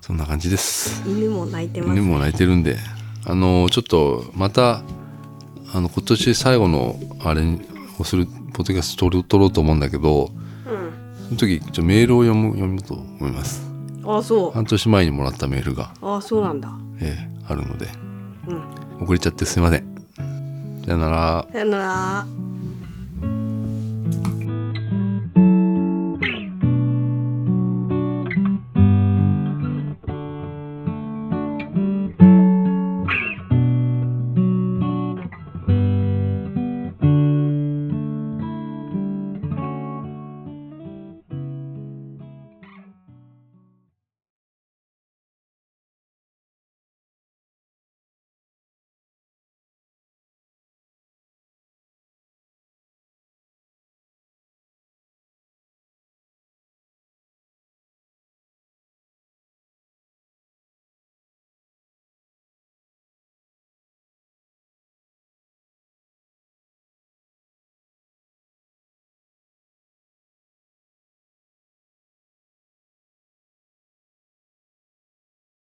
[SPEAKER 3] そんな感じです
[SPEAKER 2] 犬も泣いてます
[SPEAKER 3] 犬も泣いてるんであのちょっとまたあの今年最後のあれをするポッドキャスト撮る撮ろうと思うんだけど
[SPEAKER 2] うん
[SPEAKER 3] その時ちょっとメールを読む読むと思います
[SPEAKER 2] あそう
[SPEAKER 3] 半年前にもらったメールが、
[SPEAKER 2] あそうなんだ
[SPEAKER 3] えーあるので
[SPEAKER 2] うん
[SPEAKER 3] 遅れちゃってすいませんさよなら
[SPEAKER 2] さよなら